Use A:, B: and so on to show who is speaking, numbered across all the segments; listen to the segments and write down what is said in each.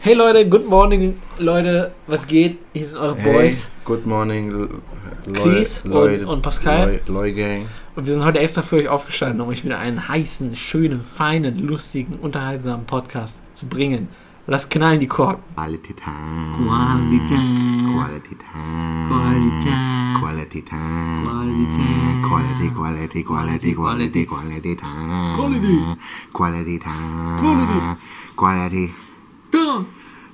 A: Hey Leute, good morning, Leute, was geht? Hier sind eure Boys
B: good morning, L-
A: Chris und-
B: Lloyd-
A: und Pascal.
B: Lloyd- Lloyd Gang.
A: und wir sind heute extra für euch aufgestanden, um euch wieder einen heißen, schönen, feinen, lustigen, unterhaltsamen Podcast zu bringen. Lasst knallen die Korken.
B: Quality Time.
A: Qualität.
B: Quality Time.
A: Quality.
B: Quality Time.
A: Quality.
B: Quality, Quality, Quality, Quality, Quality Time.
A: Quality.
B: Quality Time. Quality.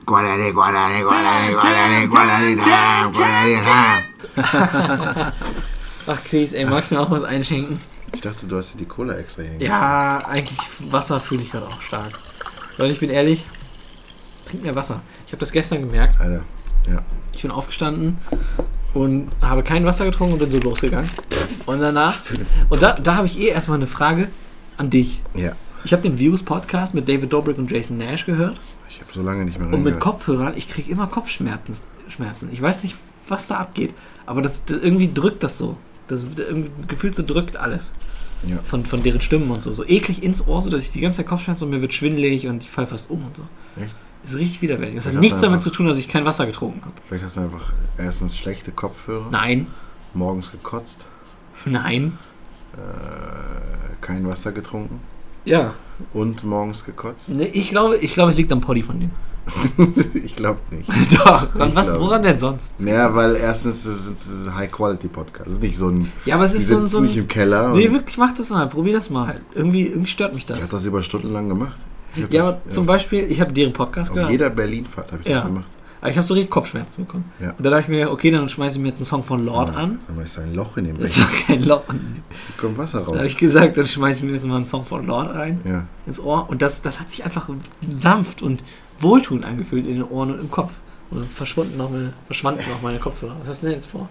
B: Quality, Quality, Quality, Quality,
A: Time,
B: Quality Time. Quality Time.
A: Ach Chris, ey, magst du mir auch was einschenken?
B: Ich dachte, du hast dir die Cola extra hängen.
A: Ja, eigentlich Wasser fühle ich gerade auch stark. Leute, ich bin ehrlich, trinkt mehr Wasser. Ich habe das gestern gemerkt.
B: Alter.
A: Ich bin aufgestanden und habe kein Wasser getrunken und bin so losgegangen. Und danach, und da, da habe ich eh erstmal eine Frage an dich.
B: Ja.
A: Ich habe den Views-Podcast mit David Dobrik und Jason Nash gehört
B: Ich habe so lange nicht mehr
A: und mit
B: reingehört.
A: Kopfhörern, ich kriege immer Kopfschmerzen. Schmerzen. Ich weiß nicht, was da abgeht, aber das, das irgendwie drückt das so. Das irgendwie gefühlt so drückt alles.
B: Ja.
A: Von, von deren Stimmen und so. So eklig ins Ohr, so dass ich die ganze Zeit Kopfschmerzen und mir wird schwindelig und ich falle fast um und so.
B: Echt?
A: Ist richtig widerwärtig. Das hat
B: Das
A: nichts damit
B: einfach-
A: zu tun, dass ich kein Wasser getrunken habe.
B: Vielleicht hast du einfach erstens schlechte Kopfhörer,
A: Nein,
B: morgens gekotzt,
A: nein.
B: äh, kein Wasser getrunken
A: Ja,
B: und morgens gekotzt.
A: Nee, ich glaube, ich glaube, es liegt am Poddy von denen.
B: ich glaube nicht.
A: Doch, und was,
B: glaube.
A: woran denn sonst?
B: Ja, weil erstens ist es ist ein High-Quality-Podcast. Es ist nicht so ein.
A: Ja, aber es
B: Die
A: ist so,
B: sitzen
A: ein- so
B: nicht
A: ein.
B: im Halt. Keller.
A: Nee,
B: und
A: wirklich, mach das mal, probier das mal. Irgendwie, irgendwie stört mich
B: ich habe
A: das.
B: das über Stunden lang gemacht. Ich hab
A: Ja,
B: das,
A: aber zum Beispiel, ich habe deren Podcast
B: Auf
A: gehört,
B: jeder Berlin-Fahrt habe ich
A: Ja.
B: das gemacht.
A: aber ich habe so richtig Kopfschmerzen bekommen.
B: Ja.
A: Und da dachte ich mir, okay, dann schmeiße ich mir jetzt einen Song von Lord an.
B: Sag mal, ist da ein Loch in dem
A: Das ist
B: Becken?
A: doch kein Lord.
B: Da kommt Wasser
A: Da habe
B: raus.
A: ich gesagt, dann schmeiße ich mir jetzt mal einen Song von Lord rein
B: Ja,
A: ins Ohr. Und das, das hat sich einfach sanft und wohltuend angefühlt in den Ohren und im Kopf. Und dann verschwunden noch meine, verschwanden noch meine Kopfhörer. Was hast du denn jetzt vor?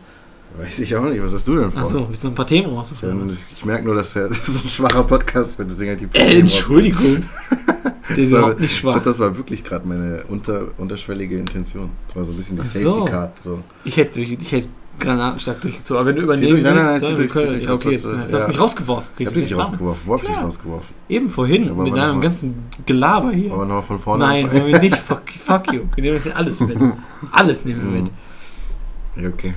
B: weiß ich auch nicht. Was hast du denn vor? Ähm,
A: Achso, willst du ein paar Themen
B: Ich-
A: rauszufinden?
B: Ich merke nur, dass der- das ist ein schwacher Podcast wird. Deswegen hat die
A: Äh, Entschuldigung. Der ist
B: Das war-
A: überhaupt nicht
B: Ich
A: schwach.
B: glaube, das war wirklich gerade meine unter, unterschwellige Intention. Das war so ein bisschen die
A: Ach so.
B: Safety Card. So.
A: Ich hätte, durch- ich hätte Granaten stark durchgezogen. Aber wenn du übernehmen
B: durch, nein, nein, nein,
A: willst,
B: zieh
A: dann
B: durch, zieh
A: können-
B: durch,
A: ja,
B: das
A: okay, jetzt,
B: war's,
A: jetzt
B: äh,
A: hast du
B: ja.
A: mich rausgeworfen.
B: Ich
A: Krieg
B: habe dich nicht
A: jetzt
B: rausgeworfen. Wo hab ich dich
A: Klar.
B: rausgeworfen?
A: mal. Eben vorhin,
B: Aber
A: mit
B: warte
A: deinem
B: mal.
A: ganzen Gelaber hier.
B: Aber nochmal von vorne.
A: Nein, wollen wir nicht. Fuck, fuck you. Wir nehmen das hier alles mit. Alles nehmen wir mit.
B: Mhm. Ja, okay.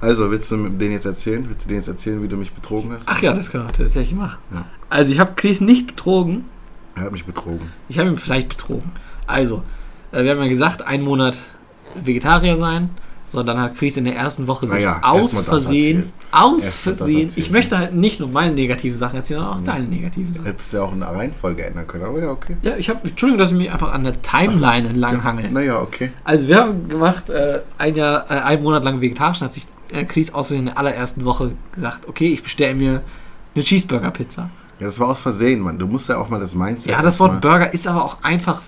B: Also, willst du den jetzt erzählen? Willst du den jetzt erzählen, wie du mich betrogen hast?
A: Ach ja, das kann das hätte ich machen.
B: Ja.
A: Also ich habe Chris nicht betrogen.
B: Er hat mich betrogen.
A: Ich habe ihn vielleicht betrogen. Also, äh, wir haben ja gesagt, einen Monat Vegetarier sein. So, dann hat Chris in der ersten Woche sich
B: Naja, erst
A: aus
B: mal das
A: Versehen,
B: erzählen.
A: aus
B: Erst mal das
A: Versehen, ich
B: erzählen. Mhm.
A: möchte halt nicht nur meine negativen Sachen erzählen, sondern auch deine negativen Sachen.
B: Hättest du ja auch eine Reihenfolge ändern können, aber ja, okay.
A: Ja, ich habe, Entschuldigung, dass ich mich einfach an der Timeline entlang hangel.
B: Naja, okay.
A: Also wir haben gemacht, äh, ein Jahr, äh, einen Monat lang vegetarisch, und hat sich äh, Chris außerdem in der allerersten Woche gesagt, okay, ich bestelle mir eine Cheeseburger-Pizza.
B: Ja, das war aus Versehen, Mann. Du musst ja auch mal das Mindset.
A: Ja, das Wort
B: erstmal-
A: Burger ist aber auch einfach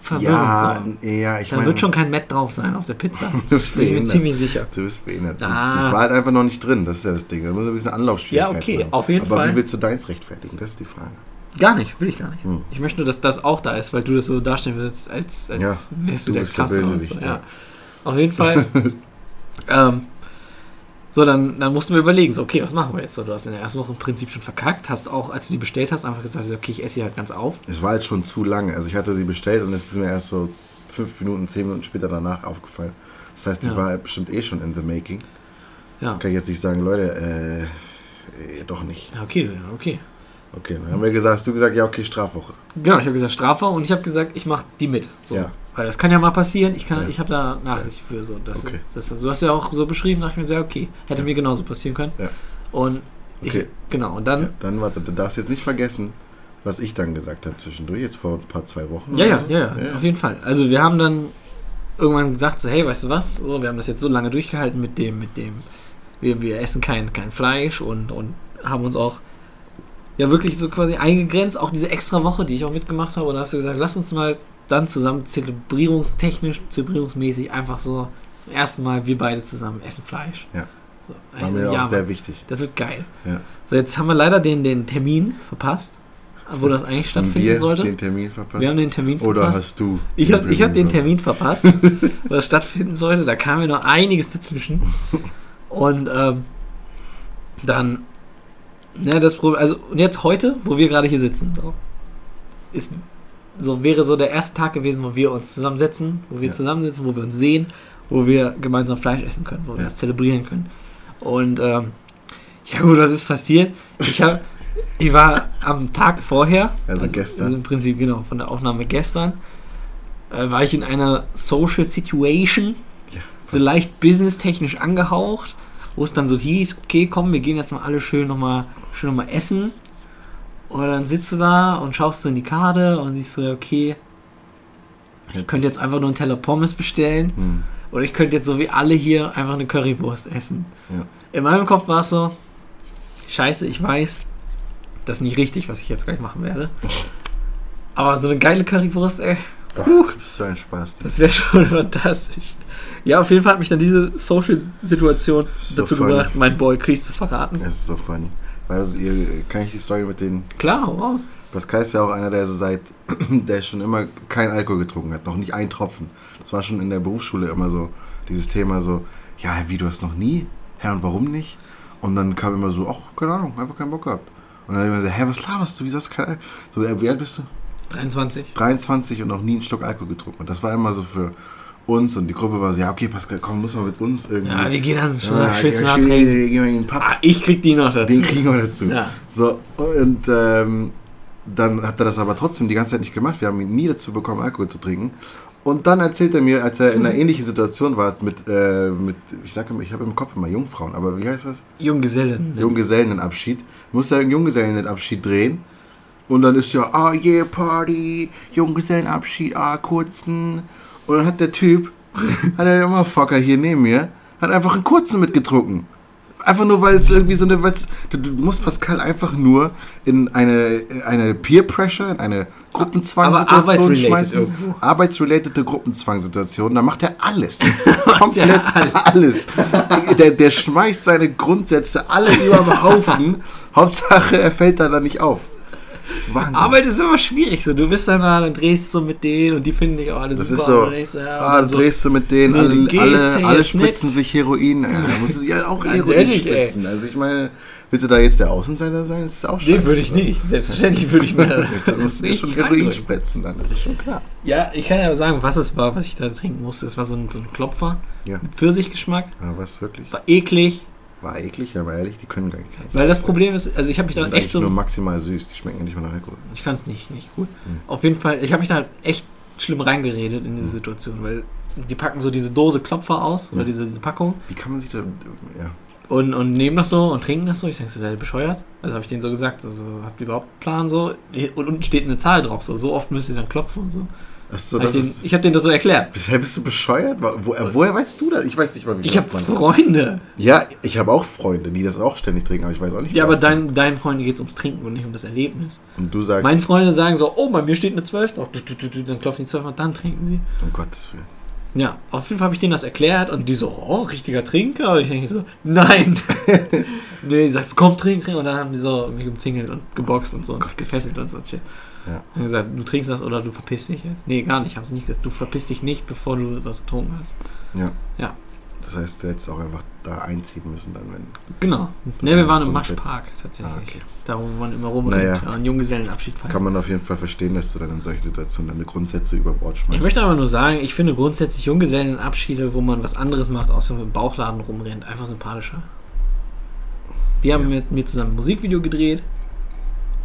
A: verwirrend.
B: Ja,
A: so.
B: ja, ich
A: Da
B: meine.
A: wird schon kein Matt drauf sein auf der Pizza.
B: Du bist
A: Bin ich mir
B: behindert.
A: ziemlich sicher.
B: Du bist behindert.
A: Ah.
B: Das war halt einfach noch nicht drin. Das ist ja das Ding. Da muss ein bisschen Anlaufschwierigkeiten
A: Ja, okay,
B: haben.
A: auf jeden
B: aber
A: Fall.
B: wie willst du deins rechtfertigen? Das ist die Frage.
A: Gar nicht, will ich gar nicht. Ich möchte nur, dass das auch da ist, weil du das so darstellen willst, als, als
B: Ja,
A: wärst du,
B: du
A: der
B: bist der
A: Klasse. und so.
B: Bösewicht,
A: ja.
B: ja.
A: Auf jeden Fall. ähm, so, dann, dann mussten wir überlegen, so, okay, was machen wir jetzt? So, du hast in der ersten Woche im Prinzip schon verkackt, hast auch, als du die bestellt hast, einfach gesagt, okay, ich esse sie halt ganz auf.
B: Es war halt schon zu lange. Also ich hatte sie bestellt und es ist mir erst so fünf Minuten, zehn Minuten später danach aufgefallen. Das heißt, die
A: Ja.
B: war bestimmt eh schon in the making.
A: Ja.
B: Kann ich jetzt nicht sagen, Leute, äh, äh doch nicht.
A: Ja, okay, okay. ne?
B: Okay, dann haben wir gesagt, hast du gesagt, ja, okay, Strafwoche.
A: Genau, ich habe gesagt Strafe und ich habe gesagt, ich mache die mit. So.
B: Ja.
A: Weil das kann ja mal passieren. Ich, kann,
B: Ja.
A: ich habe da Nachricht für so. Das,
B: Okay.
A: das, das, du hast ja auch so beschrieben, dachte ich mir sehr, okay, hätte mir genauso passieren können.
B: Ja.
A: Und ich,
B: Okay.
A: genau, und
B: Ja,
A: dann,
B: dann warte, du darfst jetzt nicht vergessen, was ich dann gesagt habe zwischendurch, jetzt vor ein paar zwei Wochen.
A: ja ja,
B: oder so.
A: ja, ja, auf jeden Fall. Also wir haben dann irgendwann gesagt, so, hey, weißt du was, so, wir haben das jetzt so lange durchgehalten mit dem, mit dem, wir, wir essen kein, kein Fleisch und, und haben uns auch ja wirklich so quasi eingegrenzt, auch diese extra Woche, die ich auch mitgemacht habe, und da hast du gesagt, lass uns mal dann zusammen zelebrierungstechnisch, zelebrierungsmäßig einfach so zum ersten Mal wir beide zusammen essen Fleisch.
B: Ja.
A: So, da
B: War
A: ich so, Also
B: mir
A: ja,
B: auch
A: Mann,
B: sehr wichtig.
A: das wird geil.
B: Ja.
A: So, jetzt haben wir leider den, den Termin verpasst, wo das eigentlich
B: Haben
A: stattfinden
B: wir
A: sollte.
B: den Termin verpasst?
A: wir haben den Termin
B: Oder
A: verpasst.
B: hast du?
A: Ich habe ich hab den Termin verpasst, was stattfinden sollte. Da kam mir noch einiges dazwischen. Und ähm, dann, ne, das Problem, also und jetzt heute, wo wir gerade hier sitzen, so, ist so wäre so der erste Tag gewesen, wo wir uns zusammensetzen, wo wir
B: Ja.
A: zusammensitzen, wo wir uns sehen, wo wir gemeinsam Fleisch essen können, wo wir
B: Ja.
A: das zelebrieren können. Und ähm, ja gut, was ist passiert? Ich habe, ich war am Tag vorher,
B: Also gestern.
A: also im Prinzip genau von der Aufnahme gestern, äh, war ich in einer Social Situation,
B: Ja,
A: so leicht businesstechnisch angehaucht, wo es dann so hieß, okay, komm, wir gehen jetzt mal alle schön nochmal schön noch mal essen. Und dann sitzt du da und schaust so in die Karte und siehst so, ja, okay, ich könnte jetzt einfach nur einen Teller Pommes bestellen
B: Hm.
A: oder ich könnte jetzt so wie alle hier einfach eine Currywurst essen.
B: Ja.
A: In meinem Kopf war es so, scheiße, ich weiß, das ist nicht richtig, was ich jetzt gleich machen werde. Aber so eine geile Currywurst, ey,
B: Ach, du bist so ein Spaß.
A: das wäre schon fantastisch. Ja, auf jeden Fall hat mich dann diese Social-Situation
B: So
A: dazu
B: funny.
A: gebracht, meinen Boy Chris zu verraten.
B: Es ist so funny. Weil also, ihr, kann ich die Story mit den.
A: Klar, hau raus.
B: Pascal ist ja auch einer, der so seit. der schon immer kein Alkohol getrunken hat. Noch nicht einen Tropfen. Das war schon in der Berufsschule immer so. Dieses Thema so. Ja, wie du hast noch nie? Hä, und warum nicht? Und dann kam immer so. Ach, keine Ahnung, einfach keinen Bock gehabt. Und dann immer so. Hä, was laberst du? Wieso hast du kein Alkohol? So, ja, wie alt bist du?
A: 23.
B: 23 und noch nie einen Schluck Alkohol getrunken. Und das war immer so für uns. Und die Gruppe war so. Ja, okay, Pascal, komm, muss mal mit uns irgendwie.
A: Ja, wir gehen dann schon
B: Ja,
A: nach Schwitzen
B: ja, schön,
A: abtrinken.
B: gehen wir in den Pub.
A: Ah, ich krieg die noch dazu.
B: Den kriegen wir dazu.
A: Ja.
B: So, und ähm, dann hat er das aber trotzdem die ganze Zeit nicht gemacht. Wir haben ihn nie dazu bekommen, Alkohol zu trinken. Und dann erzählt er mir, als er in einer ähnlichen Situation war, mit, äh, mit ich sage immer, ich habe im Kopf immer Jungfrauen, aber wie heißt das?
A: Junggesellen.
B: Junggesellenabschied. Muss er einen Junggesellenabschied drehen. Und dann ist ja, ah, yeah, Party, Junggesellenabschied, ah, kurzen. Und dann hat der Typ, hat der Motherfucker hier neben mir, hat einfach einen kurzen mitgetrunken. Einfach nur, weil es irgendwie so eine, weil's- du, du musst Pascal einfach nur in eine, in eine Peer Pressure, in eine
A: Aber
B: Gruppenzwangssituation
A: arbeitsrelated
B: schmeißen.
A: irgendwo.
B: Arbeitsrelatete Gruppenzwangssituation, da macht er alles.
A: er
B: Komplett
A: alles.
B: alles. Der, der schmeißt seine Grundsätze alle über den Haufen. Hauptsache, er fällt da dann nicht auf. Das ist Wahnsinn.
A: Arbeit ist immer schwierig. So. Du bist dann da und drehst so mit denen und die finden dich auch alle
B: das
A: super.
B: ist so,
A: und drehst, ja,
B: ah,
A: und
B: dann
A: so.
B: drehst du mit denen,
A: Nee, du gehst
B: alle, alle,
A: ja
B: alle
A: jetzt
B: spritzen
A: nicht.
B: sich Heroin. Ja, da musst du ja auch
A: Ganz
B: Heroin
A: ehrlich, ey.
B: spritzen. Also ich meine, willst du da jetzt der Außenseiter sein? Das ist auch scheiße.
A: Nee, würde ich
B: oder?
A: nicht. Selbstverständlich würde ich mir
B: Da musst du
A: nicht
B: schon Heroin
A: reindrücken.
B: spritzen, dann Also das ist schon klar.
A: Ja, ich kann ja sagen, was es war, was ich da trinken musste. Es war so ein, so ein Klopfer
B: Ja,
A: mit Pfirsichgeschmack.
B: aber es wirklich
A: War eklig.
B: war eklig, aber ehrlich, die können gar nicht.
A: Weil das Problem ist, also ich habe mich
B: Die
A: da
B: sind
A: echt
B: echt
A: so
B: nur maximal süß, die schmecken ja nicht mal nach Alkohol.
A: Ich fand's nicht, nicht gut.
B: Hm.
A: Auf jeden Fall, ich habe mich da halt echt schlimm reingeredet in diese Situation, weil die packen so diese Dose Klopfer aus oder
B: Ja.
A: diese, diese Packung
B: Wie kann man sich da. Ja,
A: und, und nehmen das so und trinken das so. Ich denke, das ist ja bescheuert. Also habe ich denen so gesagt, so, so habt ihr überhaupt einen Plan so? Und unten steht eine Zahl drauf, so, so oft müsst ihr dann klopfen und so.
B: Achso,
A: hab ich
B: das
A: den,
B: ist.
A: ich habe denen das so erklärt.
B: Bisher bist du bescheuert? Wo, wo, woher weißt du das? Ich weiß nicht mal, wie
A: Ich habe
B: oft man-
A: Freunde.
B: Ja, ich habe auch Freunde, die das auch ständig trinken, aber ich weiß auch nicht. wie
A: Ja, aber
B: oft man-
A: dein, deinen Freunden geht's ums Trinken und nicht um das Erlebnis.
B: Und du sagst.
A: Meine Freunde sagen so, oh, bei mir steht eine 12 drauf. Dann klopfen die 12 und dann trinken sie.
B: um Gottes Willen.
A: Ja, auf jeden Fall habe ich denen das erklärt und die so, oh, richtiger Trinker. Und ich denke so, nein. nee, ich sag's, komm, trink, trink. Und dann haben die so mich umzingelt und geboxt und so und
B: Gott.
A: gefesselt und so. und Shit.
B: Ja.
A: Und gesagt, du trinkst das oder du verpisst dich jetzt. Nee, gar nicht, haben sie nicht gesagt. Du verpisst dich nicht, bevor du was getrunken hast.
B: Ja.
A: Ja.
B: Das heißt, du hättest auch einfach da einziehen müssen, dann, wenn.
A: Genau. Nee, wir waren im
B: Und
A: Maschpark tatsächlich.
B: Ah, okay.
A: Da, wo man immer rumrennt
B: Naja.
A: und Junggesellenabschied feiert.
B: Kann man auf jeden Fall verstehen, dass du dann in solchen Situationen deine Grundsätze über Bord schmeißt.
A: Ich möchte aber nur sagen, ich finde grundsätzlich Junggesellenabschiede, wo man was anderes macht, außer mit dem Bauchladen rumrennt, einfach sympathischer. Die haben mit mir zusammen ein Musikvideo gedreht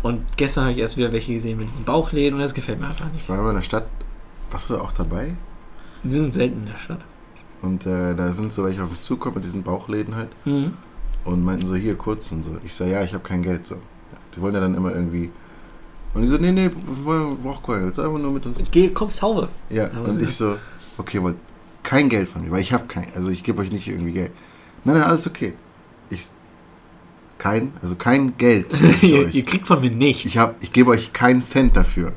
A: und gestern habe ich erst wieder welche gesehen mit diesen Bauchläden und das gefällt mir einfach nicht.
B: ich war immer in der Stadt. Warst du da auch dabei?
A: Wir sind selten in der Stadt.
B: Und äh, da sind so welche auf mich zukommen mit diesen Bauchläden halt.
A: Mhm.
B: und meinten so, hier kurz und so. Ich so, ja, ich habe kein Geld. So. Die wollen ja dann immer irgendwie. Und die so, nee, nee, wir wollen- brauchen kein Geld, sei einfach nur mit uns.
A: Geh, komm, Zauber.
B: Ja,
A: Aber
B: und
A: so.
B: ich so, okay, wollt kein Geld von mir, weil ich habe kein, also ich gebe euch nicht irgendwie Geld. Nein, nein, alles okay. Ich, kein, also kein Geld. geb ich
A: ihr,
B: euch.
A: ihr kriegt von mir nichts.
B: Ich, hab, ich gebe euch keinen Cent dafür.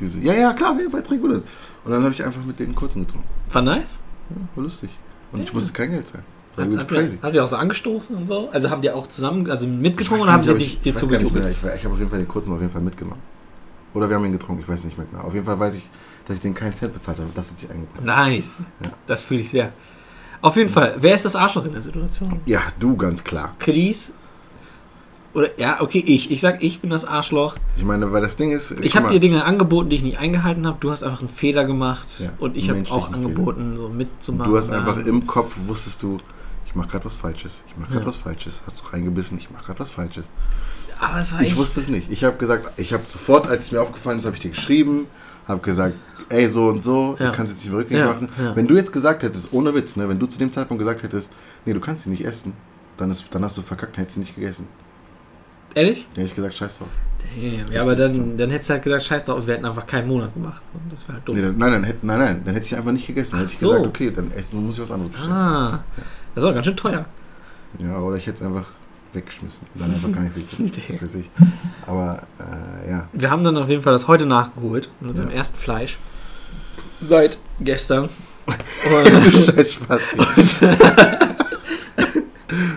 B: Diese, ja, ja, klar, auf jeden Fall trinken wir das. Und dann habe ich einfach mit denen Kurzen getrunken.
A: War nice?
B: War lustig. Und ich
A: Ja.
B: musste kein Geld zahlen. War
A: Habt-
B: übelst
A: habt ihr-
B: crazy.
A: Habt ihr auch so angestoßen und so? Also habt ihr auch zusammen, also mitgetrunken
B: Ich
A: oder
B: weiß
A: haben
B: gar
A: sie
B: nicht,
A: dich dir
B: ich, ich weiß gar nicht mehr.
A: zugejubelt?
B: Ich, ich habe auf jeden Fall den Kurzen auf jeden Fall mitgenommen. Oder wir haben ihn getrunken, ich weiß nicht mehr genau. Auf jeden Fall weiß ich, dass ich den keinen Cent bezahlt habe. Das hat sich eingebracht.
A: Nice.
B: Ja.
A: Das fühle ich sehr. Auf jeden Fall, wer ist das Arschloch in der Situation?
B: Ja, du, ganz klar.
A: Chris Oder ja, okay, ich. Ich sag, ich bin das Arschloch.
B: Ich meine, weil das Ding ist. äh, guck
A: Ich habe
B: mal,
A: dir Dinge angeboten, die ich nicht eingehalten habe. Du hast einfach einen Fehler gemacht
B: Ja,
A: und ich habe
B: menschlichen
A: auch angeboten, so mitzumachen.
B: Du hast
A: Ja.
B: einfach im Kopf wusstest du, ich mache gerade was Falsches. Ich mache gerade
A: Ja.
B: was Falsches. Hast du reingebissen? Ich mache gerade was Falsches.
A: Aber es war
B: Ich
A: echt-
B: wusste es nicht. Ich habe gesagt, ich habe sofort, als es mir aufgefallen ist, habe ich dir geschrieben, habe gesagt, ey, so und so,
A: Ja.
B: ich kann es jetzt nicht mehr rückgängig
A: Ja,
B: machen.
A: ja.
B: Wenn du jetzt gesagt hättest, ohne Witz, ne, wenn du zu dem Zeitpunkt gesagt hättest, nee, du kannst sie nicht essen, dann, ist, dann hast du verkackt, dann hättest du nicht gegessen.
A: Ehrlich?
B: Dann hätte ich gesagt, scheiß drauf.
A: Damn. Ja, aber dann, dann hättest du halt gesagt, scheiß drauf, wir hätten einfach keinen Monat gemacht. Und das wäre halt dumm.
B: Nee, dann, nein, dann, hätt- nein, nein, dann hätte ich einfach nicht gegessen. Dann
A: Ach
B: hätte ich
A: so.
B: gesagt, okay, dann essen, muss ich was anderes bestellen.
A: ah, das war ganz schön teuer.
B: Ja, oder ich hätte es einfach weggeschmissen. Dann einfach gar nichts gegessen.
A: Nee.
B: Das weiß ich. Aber, äh, ja.
A: Wir haben dann auf jeden Fall das heute nachgeholt mit unserem
B: Ja.
A: ersten Fleisch. Seit gestern. Und
B: Du scheiß Spasti.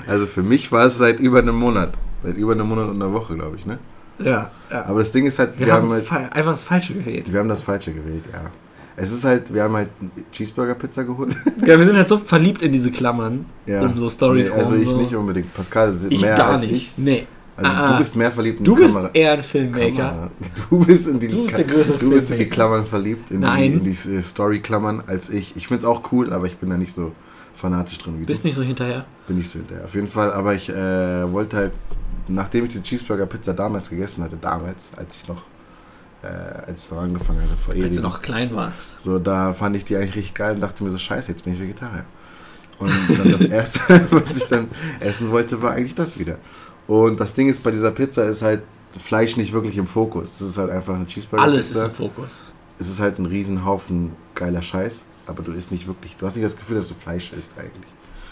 B: also für mich war es seit über einem Monat. Seit über einem Monat und einer Woche, glaube ich, ne?
A: ja, ja.
B: Aber das Ding ist halt,
A: Wir,
B: wir,
A: haben,
B: haben, halt,
A: fa- einfach das Falsche gewählt.
B: wir haben das Falsche gewählt, ja. Es ist halt, wir haben halt Cheeseburger-Pizza geholt.
A: Ja, wir sind halt so verliebt in diese Klammern
B: ja.
A: um so Stories
B: nee, also
A: rum,
B: ich
A: so.
B: nicht unbedingt. Pascal, sie-
A: Ich
B: mehr
A: gar
B: als
A: nicht.
B: ich.
A: Nee.
B: Also
A: Ah, ah.
B: du bist mehr verliebt in
A: Du
B: die
A: bist
B: Kamera.
A: eher ein Filmmaker.
B: Kamera. Du bist in die,
A: Du bist der größere
B: du bist in die
A: Filmmaker.
B: Klammern verliebt, in
A: Nein.
B: die, in die äh, Story-Klammern als ich. Ich find's auch cool, aber ich bin da nicht so fanatisch drin wie du.
A: Bist nicht so hinterher.
B: Bin ich so hinterher. Auf jeden Fall, aber ich äh, wollte halt, nachdem ich die Cheeseburger-Pizza damals gegessen hatte, damals, als ich noch, äh, als ich noch angefangen hatte, vor
A: Als
B: ewig,
A: du noch klein warst.
B: so da fand ich die eigentlich richtig geil und dachte mir so, scheiße, jetzt bin ich Vegetarier. Und dann das Erste, was ich dann essen wollte, war eigentlich das wieder. Und das Ding ist, bei dieser Pizza ist halt Fleisch nicht wirklich im Fokus. Es ist halt einfach eine Cheeseburger-Pizza.
A: Alles ist im Fokus.
B: Es ist halt ein Riesenhaufen geiler Scheiß, aber du isst nicht wirklich, du hast nicht das Gefühl, dass du Fleisch isst eigentlich.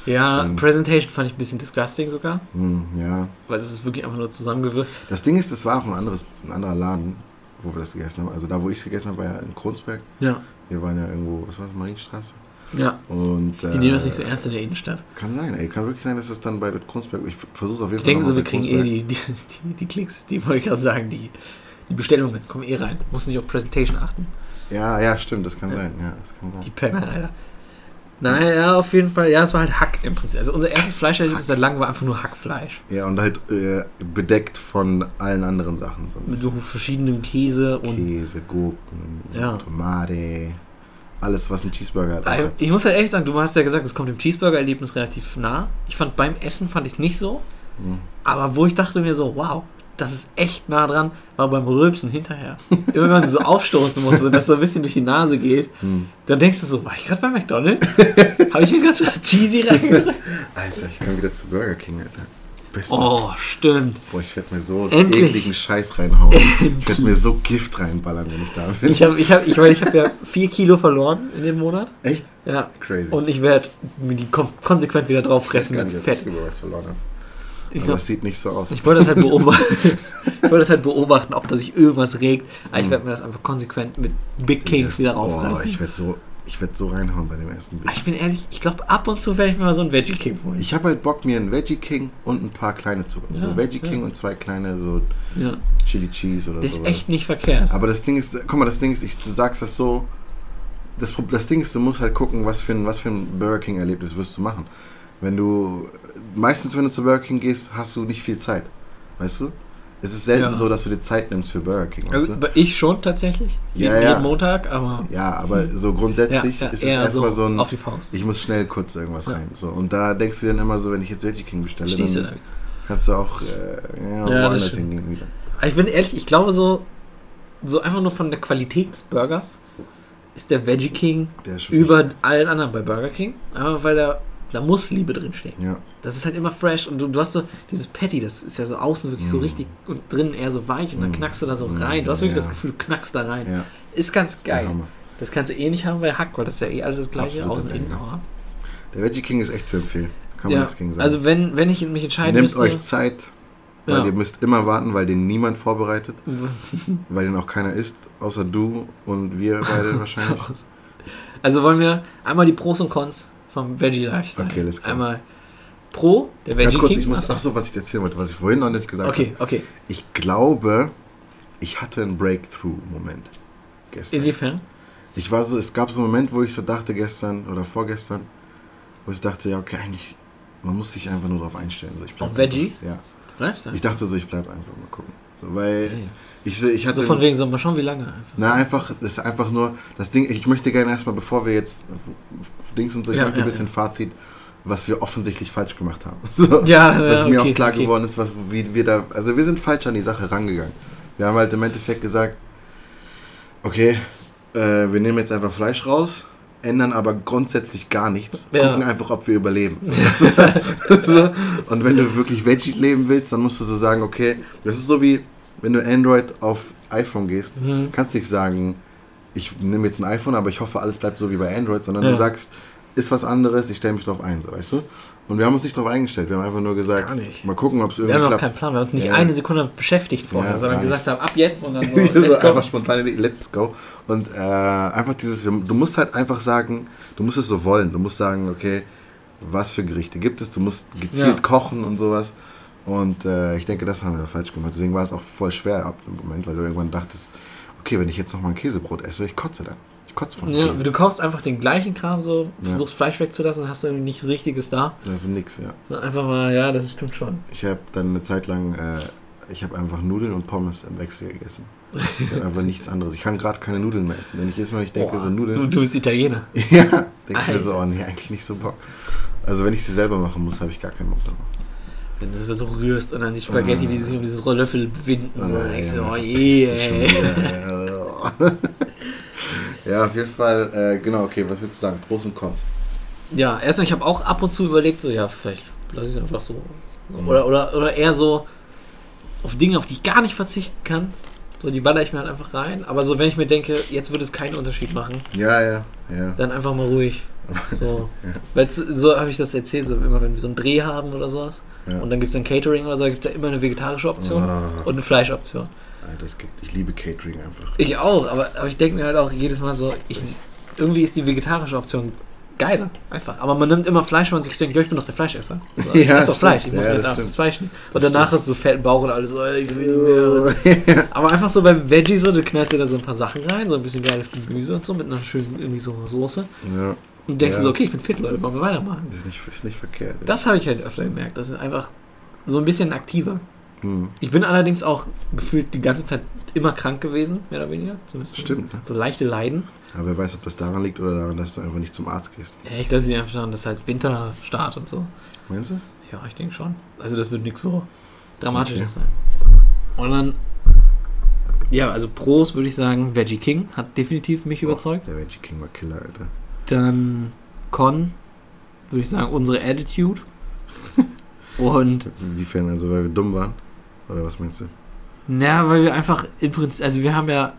A: Ja,
B: Deswegen-
A: Presentation fand ich ein bisschen disgusting sogar,
B: Hm, ja,
A: weil das ist wirklich einfach nur zusammengewürfelt.
B: Das Ding ist, es war auch ein, anderes, ein anderer Laden, wo wir das gegessen haben. Also da, wo ich es gegessen habe, war ja in Kronzberg.
A: Ja.
B: Wir waren ja irgendwo, was war das, Marienstraße?
A: Ja.
B: Und, äh,
A: Die nehmen das nicht so ernst in der Innenstadt.
B: Kann sein, ey. Kann wirklich sein, dass es dann bei Kronzberg, ich versuche es auf jeden
A: Ich
B: Fall
A: denke so, wir
B: nochmal bei
A: kriegen eh
B: Kronzberg.
A: die, die, die, die Klicks, die wollte ich gerade sagen, die, die Bestellungen kommen eh rein. Muss nicht auf Presentation achten.
B: Ja, ja, stimmt, das kann sein. Ja, das kann
A: Die
B: sein.
A: Penner, Alter. Naja, ja, auf jeden Fall. Ja, es war halt Hack im Prinzip. Also unser erstes Fleischerlebnis seit langem war einfach nur Hackfleisch.
B: Ja, und halt äh, bedeckt von allen anderen Sachen. So ein
A: Mit
B: bisschen
A: so verschiedenem Käse und.
B: Käse, Gurken,
A: Ja.
B: Tomate, alles, was ein Cheeseburger hat.
A: Aber Ich muss ja ehrlich sagen, du hast ja gesagt, es kommt dem Cheeseburger-Erlebnis relativ nah. Ich fand beim Essen fand ich es nicht so.
B: Mhm.
A: Aber wo ich dachte mir so, wow, das ist echt nah dran, war beim Rülpsen hinterher. Immer wenn man so aufstoßen muss und das so ein bisschen durch die Nase geht,
B: Hm.
A: dann denkst du so, war ich gerade bei McDonalds? Habe ich mir gerade so Cheesy reingedrückt?
B: Alter, ich kann wieder zu Burger King, Alter. Beste.
A: Oh, stimmt.
B: Boah, ich werde mir so
A: Endlich.
B: ekligen Scheiß reinhauen. Ich werde mir so Gift reinballern, wenn ich da bin.
A: Ich habe ich hab, ich mein, ich hab ja 4 Kilo verloren in dem Monat.
B: Echt
A: Ja.
B: crazy.
A: Und ich werde mir die kon konsequent wieder drauf
B: ich weiß
A: fressen
B: gar
A: mit
B: nicht, ob
A: Fett.
B: ich über was verloren habe.
A: Ich
B: Aber
A: glaub,
B: es sieht nicht so aus.
A: Ich wollte das halt beobachten. ich wollte das halt beobachten, ob da sich irgendwas regt. Aber ich werde mir das einfach konsequent mit Big Kings wieder
B: Hm. Boah,
A: raufreißen.
B: ich werde so, ich werd so reinhauen bei dem ersten
A: Aber
B: Bild.
A: ich bin ehrlich, ich glaube, ab und zu werde ich mir mal so einen Veggie King holen.
B: Ich habe halt Bock, mir einen Veggie King und ein paar kleine zu holen. so
A: Ja,
B: Veggie
A: ja.
B: King und zwei kleine so
A: ja.
B: Chili Cheese oder
A: Der ist
B: sowas.
A: echt nicht verkehrt.
B: Aber das Ding ist, guck mal, das Ding ist, ich, du sagst das so. Das, Prob- das Ding ist, du musst halt gucken, was für ein, was für ein Burger King-Erlebnis wirst du machen. Wenn du. Meistens, wenn du zu Burger King gehst, hast du nicht viel Zeit. Weißt du? Es ist selten
A: Ja.
B: so, dass du dir Zeit nimmst für Burger King. Weißt
A: Also,
B: du?
A: aber ich schon tatsächlich.
B: Ja,
A: jeden,
B: ja.
A: jeden Montag, aber.
B: Ja, aber so grundsätzlich
A: ja,
B: ist es
A: eher
B: erstmal so, ein.
A: auf die Faust.
B: Ich muss schnell kurz irgendwas
A: Ja.
B: rein. So. Und da denkst du dann immer so, wenn ich jetzt Veggie King bestelle,
A: Stehst du
B: dann
A: damit.
B: kannst du auch äh, ja,
A: das
B: woanders
A: stimmt.
B: hingehen wieder.
A: Aber ich bin ehrlich, ich glaube so, so einfach nur von der Qualität des Burgers ist der Veggie King
B: Der ist schon
A: über allen anderen bei Burger King. Aber weil da, da muss Liebe drinstecken.
B: echt- Ja.
A: Das ist halt immer fresh und du, du hast so dieses Patty, das ist ja so außen wirklich so
B: Mm.
A: richtig und drinnen eher so weich und dann
B: Mm.
A: knackst du da so
B: Mm,
A: rein. Du hast wirklich
B: ja.
A: das Gefühl, du knackst da rein.
B: Ja,
A: Ist ganz
B: ist der
A: geil.
B: Hammer.
A: Das kannst du eh nicht haben bei Hack, weil das ist ja eh alles das gleiche,
B: Absoluter
A: außen innen.
B: Banger.
A: aber-
B: Der Veggie King ist echt zu empfehlen. Kann man
A: Ja,
B: nichts gegen sagen.
A: also wenn, wenn ich mich entscheiden
B: Nehmt
A: müsste.
B: euch Zeit, weil
A: ja.
B: ihr müsst immer warten, weil den niemand vorbereitet, weil den auch keiner isst, außer du und wir beide wahrscheinlich.
A: also wollen wir einmal die Pros und Cons vom Veggie Lifestyle.
B: Okay, let's go.
A: Einmal Pro, der Veggie
B: Ganz kurz,
A: King.
B: ich muss.
A: Achso.
B: Achso, was ich dir erzählen wollte, was ich vorhin noch nicht gesagt
A: okay, okay.
B: habe. Ich glaube, ich hatte einen Breakthrough-Moment gestern.
A: Inwiefern?
B: Ich war so, es gab so einen Moment, wo ich so dachte gestern oder vorgestern, wo ich dachte, ja, okay, eigentlich, man muss sich einfach nur darauf einstellen. So, ich bleib
A: Auf Veggie?
B: einfach- Ja.
A: Bleibst du?
B: Ich dachte so, ich bleib einfach mal gucken. So, weil ich, so- ich hatte.
A: Also von wegen, so mal schauen, wie lange. einfach.
B: Na, einfach, das ist einfach nur, das Ding, ich möchte gerne erstmal, bevor wir jetzt äh, Dings und so, ich
A: Ja,
B: möchte
A: ja,
B: ein bisschen Fazit, was wir offensichtlich falsch gemacht haben. So,
A: Ja,
B: was
A: ja,
B: mir
A: okay,
B: auch klar
A: okay.
B: geworden ist, was, wie wir da, also wir sind falsch an die Sache rangegangen. Wir haben halt im Endeffekt gesagt, okay, äh, wir nehmen jetzt einfach Fleisch raus, ändern aber grundsätzlich gar nichts,
A: Ja.
B: gucken einfach, ob wir überleben. So, so. Und wenn du wirklich Veggie leben willst, dann musst du so sagen, okay, das ist so wie, wenn du Android auf iPhone gehst,
A: Mhm.
B: kannst nicht sagen, ich nehme jetzt ein iPhone, aber ich hoffe, alles bleibt so wie bei Android, sondern
A: Ja.
B: du sagst, ist was anderes, ich stelle mich drauf ein, so, weißt du? Und wir haben uns nicht drauf eingestellt, wir haben einfach nur gesagt,
A: Gar nicht.
B: mal gucken, ob es
A: Wir
B: irgendwie
A: haben noch
B: klappt.
A: keinen Plan, wir haben uns nicht
B: Ja.
A: eine Sekunde beschäftigt vorher,
B: Ja,
A: sondern
B: gar nicht.
A: gesagt haben, ab jetzt und dann so,
B: so
A: let's go.
B: einfach spontan, let's go. Und äh, einfach dieses, wir- du musst halt einfach sagen, du musst es so wollen. Du musst sagen, okay, was für Gerichte gibt es? Du musst gezielt
A: Ja.
B: kochen und sowas. Und äh, ich denke, das haben wir falsch gemacht. Deswegen war es auch voll schwer ab dem Moment, weil du irgendwann dachtest, okay, wenn ich jetzt nochmal ein Käsebrot esse, ich kotze dann. Ich kotze von
A: Ja,
B: Käse.
A: du kaufst einfach den gleichen Kram so,
B: Ja.
A: versuchst Fleisch wegzulassen, dann hast du irgendwie nicht richtiges da.
B: Also nix, ja.
A: Sondern Einfach mal, ja, das stimmt schon.
B: Ich habe dann eine Zeit lang, äh, ich habe einfach Nudeln und Pommes im Wechsel gegessen. Ich hab einfach nichts anderes. Ich kann gerade keine Nudeln mehr essen. Denn ich jedes Mal, wenn ich denke,
A: Boah,
B: so Nudeln.
A: Du, du bist Italiener.
B: Ja, denke ich
A: Ei.
B: mir so, oh nee, eigentlich nicht so Bock. Also wenn ich sie selber machen muss, habe ich gar keinen Bock drauf.
A: Wenn du das so rührst und dann die Spaghetti, die sich um dieses Löffel winden,
B: Also,
A: so, dann denkst du, oh je.
B: je. Ja, auf jeden Fall, äh, genau, okay, was willst du sagen? Pros und Cons.
A: Ja, erstmal, ich habe auch ab und zu überlegt, so, ja, vielleicht lasse ich es einfach so. Oder, oder, oder eher so auf Dinge, auf die ich gar nicht verzichten kann. So, die baller ich mir halt einfach rein. Aber so, wenn ich mir denke, jetzt würde es keinen Unterschied machen,
B: Ja, ja, ja.
A: dann einfach mal ruhig. So, Weil so- so habe ich das erzählt, so immer wenn wir so einen Dreh haben oder sowas.
B: Ja.
A: Und dann gibt es ein Catering oder so, da gibt es ja immer eine vegetarische Option
B: Ah.
A: und eine Fleischoption.
B: Alter, es gibt, ich liebe Catering einfach.
A: Ich auch, aber, aber ich denke mir halt auch jedes Mal so, ich, irgendwie ist die vegetarische Option geiler, einfach. Aber man nimmt immer Fleisch, wenn man sich denkt, ja, ich bin doch der Fleischesser. So,
B: Ja,
A: ist doch
B: stimmt.
A: Fleisch, ich muss
B: Ja,
A: mir jetzt
B: das
A: einfach
B: stimmt.
A: das Fleisch nehmen. Und
B: Das
A: danach hast du so fetten Bauch und alles so, ey, ich will nicht mehr.
B: Oh.
A: Aber einfach so beim Veggie so, du knallst dir da so ein paar Sachen rein, so ein bisschen geiles Gemüse und so, mit einer schönen irgendwie so einer Soße.
B: Ja,
A: Und denkst
B: Ja.
A: du so, okay, ich bin fit, Leute, wollen wir weitermachen.
B: ist nicht, ist nicht verkehrt.
A: Das habe ich halt öfter gemerkt, das ist einfach so ein bisschen aktiver.
B: Hm.
A: Ich bin allerdings auch gefühlt die ganze Zeit immer krank gewesen, mehr oder weniger. Zumindest
B: Stimmt, ne?
A: So leichte Leiden.
B: Aber wer weiß, ob das daran liegt oder daran, dass du einfach nicht zum Arzt gehst.
A: Ja, ich glaube, sie einfach daran, dass halt Winterstart und so.
B: Meinst du?
A: Ja, ich denke schon. Also das wird nichts so Dramatisches
B: Okay.
A: sein. Und dann, ja, also Pros würde ich sagen, Veggie King hat definitiv mich überzeugt.
B: Boah, der Veggie King war Killer, Alter.
A: Dann Con, würde ich sagen, unsere Attitude. und,
B: Inwiefern, also weil wir dumm waren? Oder was meinst du?
A: na, weil wir einfach im Prinzip, also wir haben ja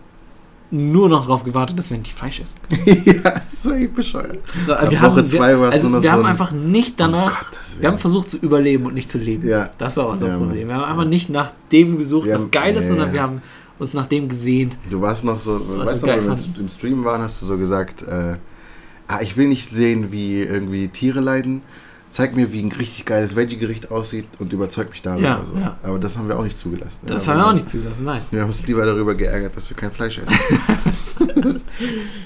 A: nur noch darauf gewartet, dass wir nicht Fleisch essen.
B: ja, das war echt bescheuert.
A: So,
B: Ab
A: wir
B: Woche
A: haben,
B: zwei
A: wir,
B: warst
A: also
B: du noch
A: wir
B: so
A: haben
B: ein- Oh
A: einfach nicht danach,
B: Um Gottes
A: ne? wir haben
B: Willen.
A: versucht zu überleben und nicht zu leben.
B: Ja,
A: Das war unser
B: Ja, Mann.
A: Problem. Wir haben einfach
B: Ja.
A: nicht nach dem gesucht,
B: Wir
A: was
B: haben-
A: geil ist,
B: ja,
A: sondern
B: ja.
A: wir haben uns nach dem gesehnt.
B: du warst noch so,
A: Was
B: weißt
A: ich
B: du, noch,
A: geil
B: wenn wir
A: fand.
B: im Stream waren, hast du so gesagt, äh, ah, ich will nicht sehen, wie irgendwie Tiere leiden. Zeig mir, wie ein richtig geiles Veggie-Gericht aussieht und überzeug mich darüber.
A: Ja,
B: also.
A: ja.
B: Aber das haben wir auch nicht zugelassen.
A: Das
B: Ja,
A: haben wir auch nicht zugelassen, nein.
B: Wir haben uns lieber darüber geärgert, dass wir kein Fleisch essen.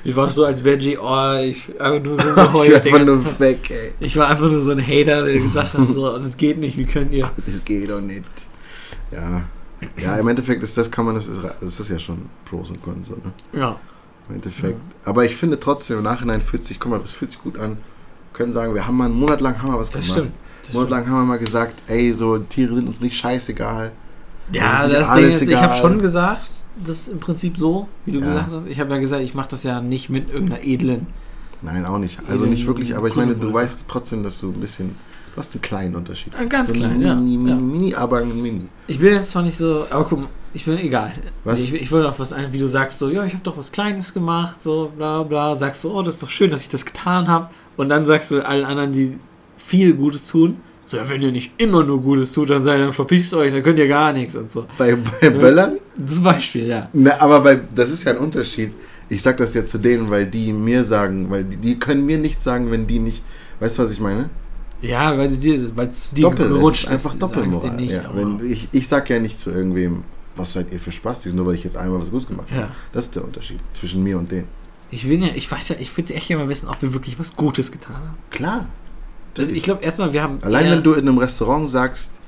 A: Ich war so als Veggie, oh, ich einfach nur so
B: ich
A: geheult.
B: bin einfach
A: ich,
B: nur weg, ey.
A: ich war einfach nur so ein Hater, der gesagt hat, so, und es geht nicht, wie könnt ihr.
B: Das geht doch nicht. Ja. Ja, im Endeffekt ist das, kann man, das ist, das ist ja schon Pros und Cons, so, ne?
A: Ja,
B: Im Endeffekt. Aber ich finde trotzdem im Nachhinein fühlt sich, guck mal, das fühlt sich gut an. Wir können sagen, wir haben mal einen Monat lang haben wir was
A: Das
B: gemacht.
A: stimmt, das
B: Einen Monat lang haben wir mal gesagt, ey, so Tiere sind uns nicht scheißegal.
A: ja
B: Das
A: das,
B: ist nicht
A: Ding
B: alles
A: ist, ich habe
B: egal.
A: schon gesagt, das ist im Prinzip so, wie du
B: Ja.
A: gesagt hast. Ich habe ja gesagt, ich mache das ja nicht mit irgendeiner edlen.
B: Nein, auch nicht. Also
A: Eben,
B: nicht wirklich, aber ich
A: cool,
B: meine, du
A: also.
B: weißt trotzdem, dass du ein bisschen, du hast einen kleinen Unterschied.
A: Ein ganz
B: so
A: klein,
B: mini,
A: ja.
B: Mini,
A: ja.
B: mini, aber ein mini.
A: Ich bin jetzt zwar nicht so, aber guck mal, ich bin egal.
B: Was?
A: Nee, Ich, ich wollte auf was ein, wie du sagst, so, ja, ich habe doch was Kleines gemacht, so, bla, bla. Sagst du, oh, das ist doch schön, dass ich das getan habe. Und dann sagst du allen anderen, die viel Gutes tun, so, ja, wenn ihr nicht immer nur Gutes tut, dann seid ihr, dann verpisst euch, dann könnt ihr gar nichts und so.
B: Bei, bei Böller?
A: Zum Beispiel, ja.
B: Na, aber bei, das ist ja ein Unterschied. Ich sag das jetzt zu denen, weil die mir sagen, weil die, die können mir nichts sagen, wenn die nicht, weißt du, was ich meine?
A: Ja, weil sie dir, weil es zu dir
B: Doppel, es
A: gerutscht
B: ist einfach
A: die sagen's dir
B: Doppelmoral.
A: Nicht,
B: ja,
A: aber-
B: wenn ich, ich sag ja nicht zu irgendwem, was seid ihr für Spastis, nur weil ich jetzt einmal was Gutes gemacht habe.
A: ja.
B: Das ist der Unterschied zwischen mir und denen.
A: Ich will ja, ich weiß ja, ich würde echt gerne mal wissen, ob wir wirklich was Gutes getan haben.
B: Klar.
A: Also ich glaube erstmal, wir haben
B: Allein
A: eher-
B: wenn du in einem Restaurant sagst,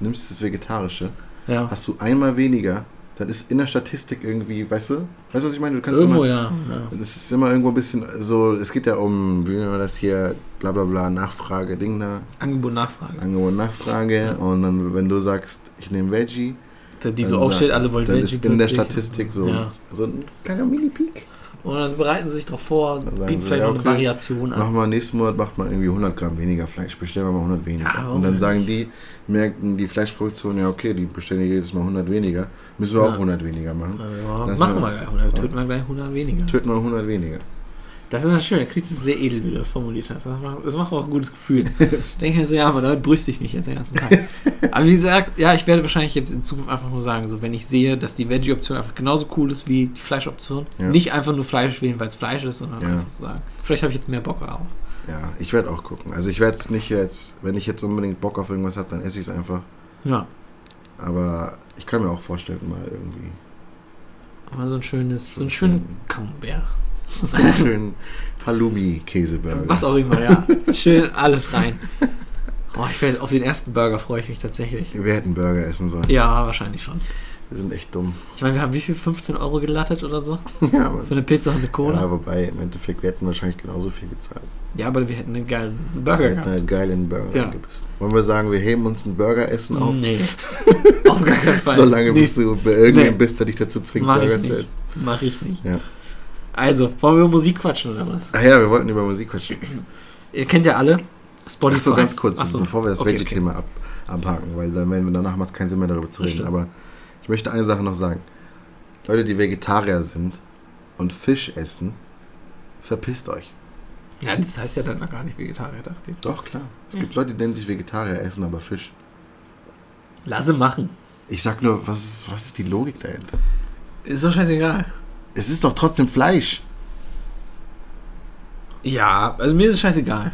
B: nimmst das Vegetarische,
A: Ja.
B: hast du einmal weniger, dann ist in der Statistik irgendwie, weißt du? Weißt du, was ich meine? Du kannst
A: Irgendwo,
B: immer.
A: ja. ja.
B: Es ist immer irgendwo ein bisschen so, es geht ja um, wie nennen wir das hier, bla bla bla, Nachfrage, Ding da,
A: Angebot, Nachfrage.
B: Angebot, Nachfrage. Und dann, wenn du sagst, ich nehme Veggie,
A: Die
B: Dann
A: so aufsteht,
B: sagt-
A: alle wollen
B: dann
A: Veggie
B: ist in der
A: plötzlich.
B: Statistik so,
A: Ja.
B: so ein kleiner Mini-Peak.
A: Und dann bereiten sie sich darauf vor,
B: Dann sagen
A: bieten
B: sie,
A: vielleicht
B: ja,
A: noch eine
B: okay.
A: Variation an.
B: Machen wir nächsten Monat, macht man irgendwie 100 Gramm weniger Fleisch, bestellen wir mal 100 weniger.
A: Ja,
B: Und dann
A: warum
B: sagen die, merken die Fleischproduktion, ja okay, die bestellen jedes Mal 100 weniger, müssen wir
A: Ja.
B: auch 100 weniger machen.
A: Ja,
B: Das
A: machen wir
B: war-
A: gleich 100, töten wir gleich 100 weniger.
B: Töten wir 100 weniger.
A: Das ist das Schöne, da kriegst du es sehr edel, wie du das formuliert hast. Das macht, das macht auch ein gutes Gefühl. da denke ich mir so, ja, aber damit brüste ich mich jetzt den ganzen Tag. aber wie gesagt, ja, ich werde wahrscheinlich jetzt in Zukunft einfach nur sagen, so wenn ich sehe, dass die Veggie-Option einfach genauso cool ist wie die Fleischoption,
B: Ja.
A: nicht einfach nur Fleisch wählen, weil es Fleisch ist, sondern
B: Ja.
A: einfach so sagen, vielleicht habe ich jetzt mehr Bock darauf.
B: Ja, ich werde auch gucken. Also ich werde es nicht jetzt, wenn ich jetzt unbedingt Bock auf irgendwas habe, dann esse ich es einfach.
A: Ja,
B: Aber ich kann mir auch vorstellen, mal irgendwie
A: aber so ein schönes, so
B: So
A: einen schönen
B: schön.
A: Camembert.
B: so einen schönen Halloumi-Käseburger.
A: Was auch immer, ja. Schön alles rein. Oh, ich werde auf den ersten Burger freue ich mich tatsächlich.
B: Wir hätten Burger essen sollen.
A: Ja, wahrscheinlich schon.
B: Wir sind echt dumm.
A: Ich meine, wir haben wie viel? 15 Euro gelattet oder so?
B: ja, aber,
A: Für eine Pizza und eine Cola?
B: ja, wobei, im Endeffekt, wir hätten wahrscheinlich genauso viel gezahlt.
A: Ja, aber wir hätten einen geilen
B: Wir
A: Burger
B: hätten
A: gehabt.
B: halt geil in den Burger
A: Ja.
B: gebissen. Wollen wir sagen, wir heben uns ein Burgeressen auf?
A: Nee. auf gar keinen Fall.
B: Solange
A: nee,
B: bis du bei irgendwem
A: Nee.
B: bist, der dich dazu zwingt,
A: Mach ich
B: Burger zu
A: nicht.
B: essen.
A: Mach ich nicht.
B: Ja.
A: Also, wollen wir über Musik quatschen oder was?
B: Ach ja, wir wollten über Musik quatschen.
A: Ihr kennt ja alle Spotify.
B: Ach so, ganz kurz,
A: Ach so.
B: bevor wir das
A: Okay,
B: Veggie-Thema ab, abhaken, weil dann werden wir danach macht es keinen Sinn mehr darüber zu
A: Das
B: reden.
A: stimmt.
B: Aber ich möchte eine Sache noch sagen. Leute, die Vegetarier sind und Fisch essen, verpisst euch.
A: Ja, das heißt ja dann noch gar nicht Vegetarier, dachte ich.
B: Doch, klar. Es
A: Ja.
B: gibt Leute, die nennen sich Vegetarier, essen aber Fisch.
A: Lasse machen.
B: Ich sag nur, was ist, was ist die Logik dahinter?
A: Ist doch scheißegal.
B: Es ist doch trotzdem Fleisch.
A: Ja, also mir ist es scheißegal.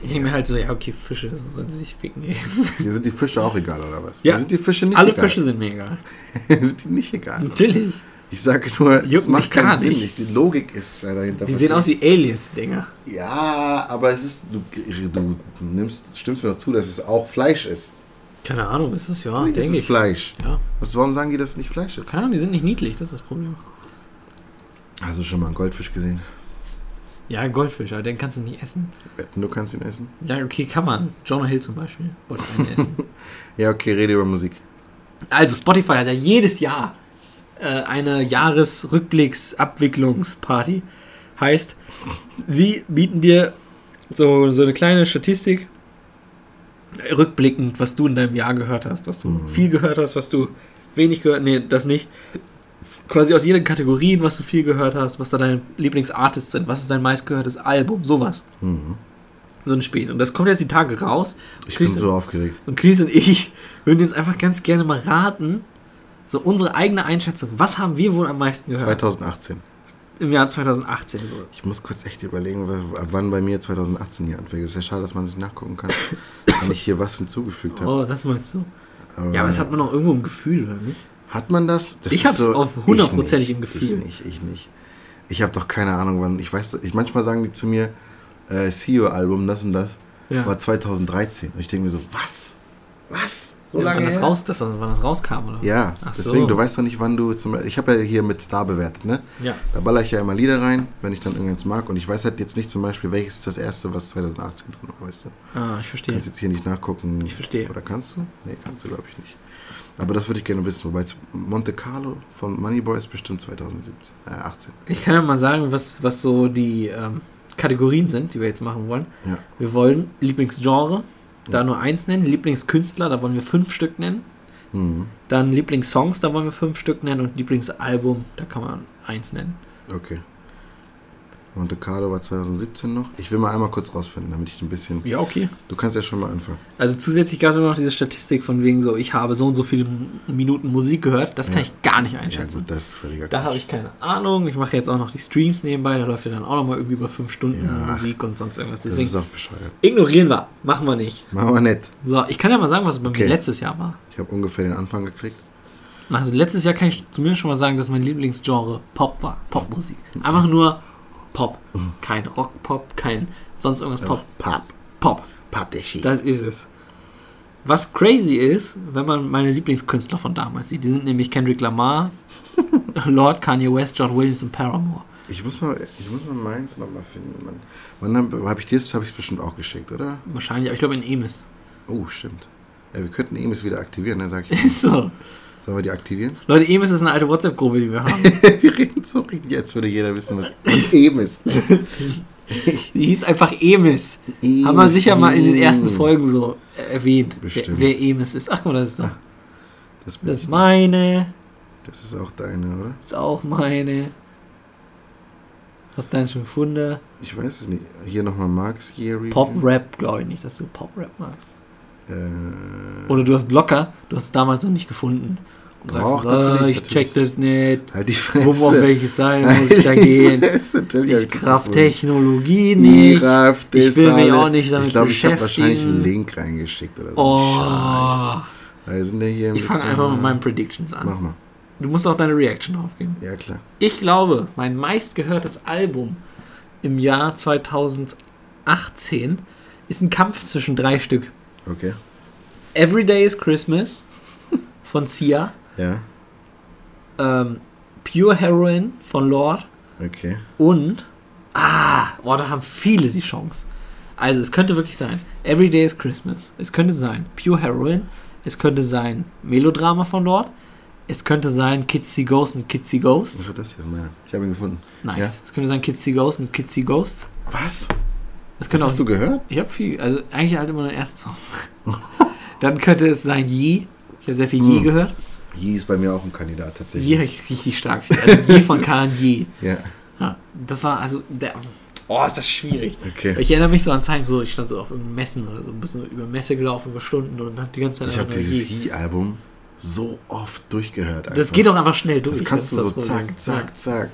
A: Ich denke mir halt so, ja, okay, Fische, so sollen sie sich ficken. Ey.
B: Dir sind die Fische auch egal, oder was?
A: Ja.
B: Dir sind die Fische nicht
A: Alle
B: egal.
A: Fische sind mir egal.
B: Dir sind die nicht egal.
A: Natürlich.
B: Ich sage nur, es
A: Juckt mich
B: macht keinen
A: gar
B: Sinn.
A: nicht.
B: Nicht. Die Logik ist äh, dahinter.
A: Die sehen aus wie Aliens, Dinger.
B: Ja, aber es ist. Du, du nimmst, stimmst mir doch zu, dass es auch Fleisch ist.
A: Keine Ahnung, ist das ja,
B: es
A: denke
B: ist
A: ich.
B: Fleisch.
A: Ja.
B: Was, warum sagen die, dass es nicht Fleisch ist?
A: Keine Ahnung, die sind nicht niedlich, das ist das Problem.
B: Hast du schon mal einen Goldfisch gesehen?
A: Ja, Goldfisch, aber den kannst du nicht essen.
B: Wetten, du kannst ihn essen?
A: Ja, okay, kann man. Jonah Hill zum Beispiel wollte einen essen.
B: Ja, okay, rede über Musik.
A: Also Spotify hat ja jedes Jahr äh, eine Jahresrückblicksabwicklungsparty. Heißt, sie bieten dir so, so eine kleine Statistik äh, rückblickend, was du in deinem Jahr gehört hast, was du
B: Mhm.
A: viel gehört hast, was du wenig gehört, nee, das nicht. Quasi aus jeder Kategorien, was du viel gehört hast, was da deine Lieblingsartists sind, was ist dein meistgehörtes Album, sowas.
B: Mhm.
A: So ein Späß. Und das kommt jetzt die Tage raus.
B: Ich bin
A: Kriegst du-
B: so aufgeregt.
A: Und Chris und ich würden jetzt einfach ganz gerne mal raten, so unsere eigene Einschätzung. Was haben wir wohl am meisten gehört
B: 2018.
A: im Jahr 2018? So.
B: Ich muss kurz echt überlegen, w- ab wann bei mir 2018 hier anfängt. Es ist ja schade, dass man sich nachgucken kann, wenn ich hier was hinzugefügt habe.
A: Oh, das meinst du? Ja, aber das hat man doch irgendwo im Gefühl, oder nicht?
B: Hat man das? das
A: Ich
B: ist
A: hab's auf
B: ich
A: hundertprozentig
B: nicht,
A: im Gefühl.
B: Ich nicht, ich nicht. Ich habe doch keine Ahnung, wann. Ich weiß, ich manchmal sagen die zu mir, äh, CEO-Album, das und das,
A: Ja.
B: war 2013. Und ich denke mir so, was? Was? So
A: ja,
B: lange
A: wann das,
B: her?
A: raus, das, also wann das rauskam, oder?
B: Ja,
A: Ach
B: deswegen,
A: so.
B: du weißt doch nicht, wann du zum Ich habe ja hier mit Star bewertet, ne?
A: Ja.
B: Da baller ich ja immer Lieder rein, wenn ich dann irgendeins mag. Und ich weiß halt jetzt nicht zum Beispiel, welches ist das erste, was 2018 drin war, weißt du?
A: Ah, ich
B: Du
A: verstehe.
B: kannst jetzt hier nicht nachgucken.
A: Ich verstehe.
B: Oder kannst du? Nee, kannst du, glaube ich, nicht. Aber das würde ich gerne wissen. Wobei es- Monte Carlo von Moneyboy ist bestimmt 2017, äh, 18.
A: Ich kann ja mal sagen, was, was so die ähm, Kategorien sind, die wir jetzt machen wollen.
B: Ja.
A: Wir wollen Lieblingsgenre, da nur eins nennen. Lieblingskünstler, da wollen wir fünf Stück nennen.
B: Mhm.
A: Dann Lieblingssongs, da wollen wir fünf Stück nennen. Und Lieblingsalbum, da kann man eins nennen.
B: Okay. Monte Carlo war 2017 noch. Ich will mal einmal kurz rausfinden, damit ich ein bisschen.
A: Ja, okay.
B: Du kannst ja schon mal anfangen.
A: Also zusätzlich gab es immer noch diese Statistik von wegen so, ich habe so und so viele M- Minuten Musik gehört. Das kann
B: Ja.
A: ich gar nicht
B: Ja,
A: einschätzen.
B: gut, das ist völliger
A: da habe
B: Quatsch.
A: ich keine Ahnung. Ich mache jetzt auch noch die Streams nebenbei. Da läuft ja dann auch nochmal irgendwie über fünf Stunden
B: Ja.
A: Musik und sonst irgendwas.
B: Das ist
A: Deswegen
B: auch bescheuert.
A: ignorieren wir. Machen wir nicht.
B: Machen wir nett.
A: So, ich kann ja mal sagen, was es bei
B: Okay.
A: mir letztes Jahr war.
B: Ich habe ungefähr den Anfang gekriegt.
A: Also letztes Jahr kann ich zumindest schon mal sagen, dass mein Lieblingsgenre Pop war. Popmusik. Einfach nur Pop.
B: Mhm.
A: Kein Rock-Pop, kein sonst irgendwas Pop.
B: Pop.
A: Pop.
B: Pop, der Shit.
A: Das ist es. Was crazy ist, wenn man meine Lieblingskünstler von damals sieht, die sind nämlich Kendrick Lamar, Lord Kanye West, John Williams und Paramore.
B: Ich muss mal, ich muss mal meins nochmal finden. Mann. Wann habe hab ich dir das? Habe ich bestimmt auch geschickt, oder?
A: Wahrscheinlich, aber ich glaube in Emis.
B: Oh, stimmt. Ja, wir könnten Emis wieder aktivieren, ne, sag ich.
A: Ist so.
B: Sollen wir die aktivieren?
A: Leute, Emis ist eine alte WhatsApp-Gruppe, die wir haben.
B: wir reden so richtig, als würde jeder wissen, was, was eben ist.
A: Die hieß einfach Emis. Haben wir sicher mal in den ersten Folgen so äh, erwähnt, wer,
B: Bestimmt.
A: wer Emis ist. Ach guck mal, das ist doch.
B: Das, bin
A: Das
B: ich.
A: ist meine,
B: das ist auch deine, oder?
A: das ist auch meine. Hast du deins schon gefunden?
B: Ich weiß es nicht. Hier nochmal Marx Gary.
A: Pop-Rap, glaube ich nicht, dass du Pop-Rap magst.
B: Äh,
A: Oder du hast Blocker, du hast es damals noch nicht gefunden. Und sagst,
B: Doch,
A: so,
B: natürlich,
A: ich check das nicht.
B: halt die
A: Wo auf
B: Fresse. Halt
A: welche Seite muss ich da gehen? Ich kraft Technologie
B: nicht.
A: nicht.
B: Kraft
A: Ich will mich auch nicht damit
B: Ich glaube, ich habe wahrscheinlich einen
A: beschäftigen.
B: Link reingeschickt oder so.
A: Oh.
B: Scheiß. Da sind wir
A: Ich
B: hier mit
A: fange
B: so
A: einfach
B: einer-
A: mit meinen Predictions an.
B: Mach mal.
A: Du musst auch deine Reaction aufgeben.
B: Ja, klar.
A: Ich glaube, mein meistgehörtes Album im Jahr 2018 ist ein Kampf zwischen drei Stück.
B: Okay.
A: Every Day is Christmas von Sia,
B: Ja,
A: ähm, Pure Heroin von Lord
B: okay.
A: und ah, boah, da haben viele die Chance. Also es könnte wirklich sein. Every Day is Christmas. Es könnte sein Pure Heroin. Es könnte sein Melodrama von Lord. Es könnte sein Kids See Ghosts und Kids See Ghosts.
B: Also das hier ist meiner. Ich habe ihn gefunden.
A: Nice.
B: Ja.
A: Es könnte sein Kids See Ghosts und Kids See Ghosts.
B: Was?
A: Es
B: Das
A: könnte auch
B: hast du gehört?
A: Ich habe viel, also eigentlich halt immer den ersten Song. Dann könnte es sein Yi. Ich habe sehr viel Yi
B: Hm.
A: gehört.
B: Yi ist bei mir auch ein Kandidat tatsächlich.
A: Yi habe ich richtig stark. viel. Also Yi von Khan Yi.
B: Ja,
A: Ja, das war also der. Oh, ist das schwierig.
B: okay.
A: Ich erinnere mich so an Zeiten, so ich stand so auf irgendeinem Messen oder so, ein bisschen über Messe gelaufen, über Stunden und hab die ganze Zeit
B: Ich habe
A: einfach nur
B: dieses
A: Yi.
B: Yi-Album so oft durchgehört.
A: Das
B: einfach.
A: geht auch einfach schnell durch.
B: Das kannst du
A: ist
B: so
A: Problem.
B: zack, zack, zack.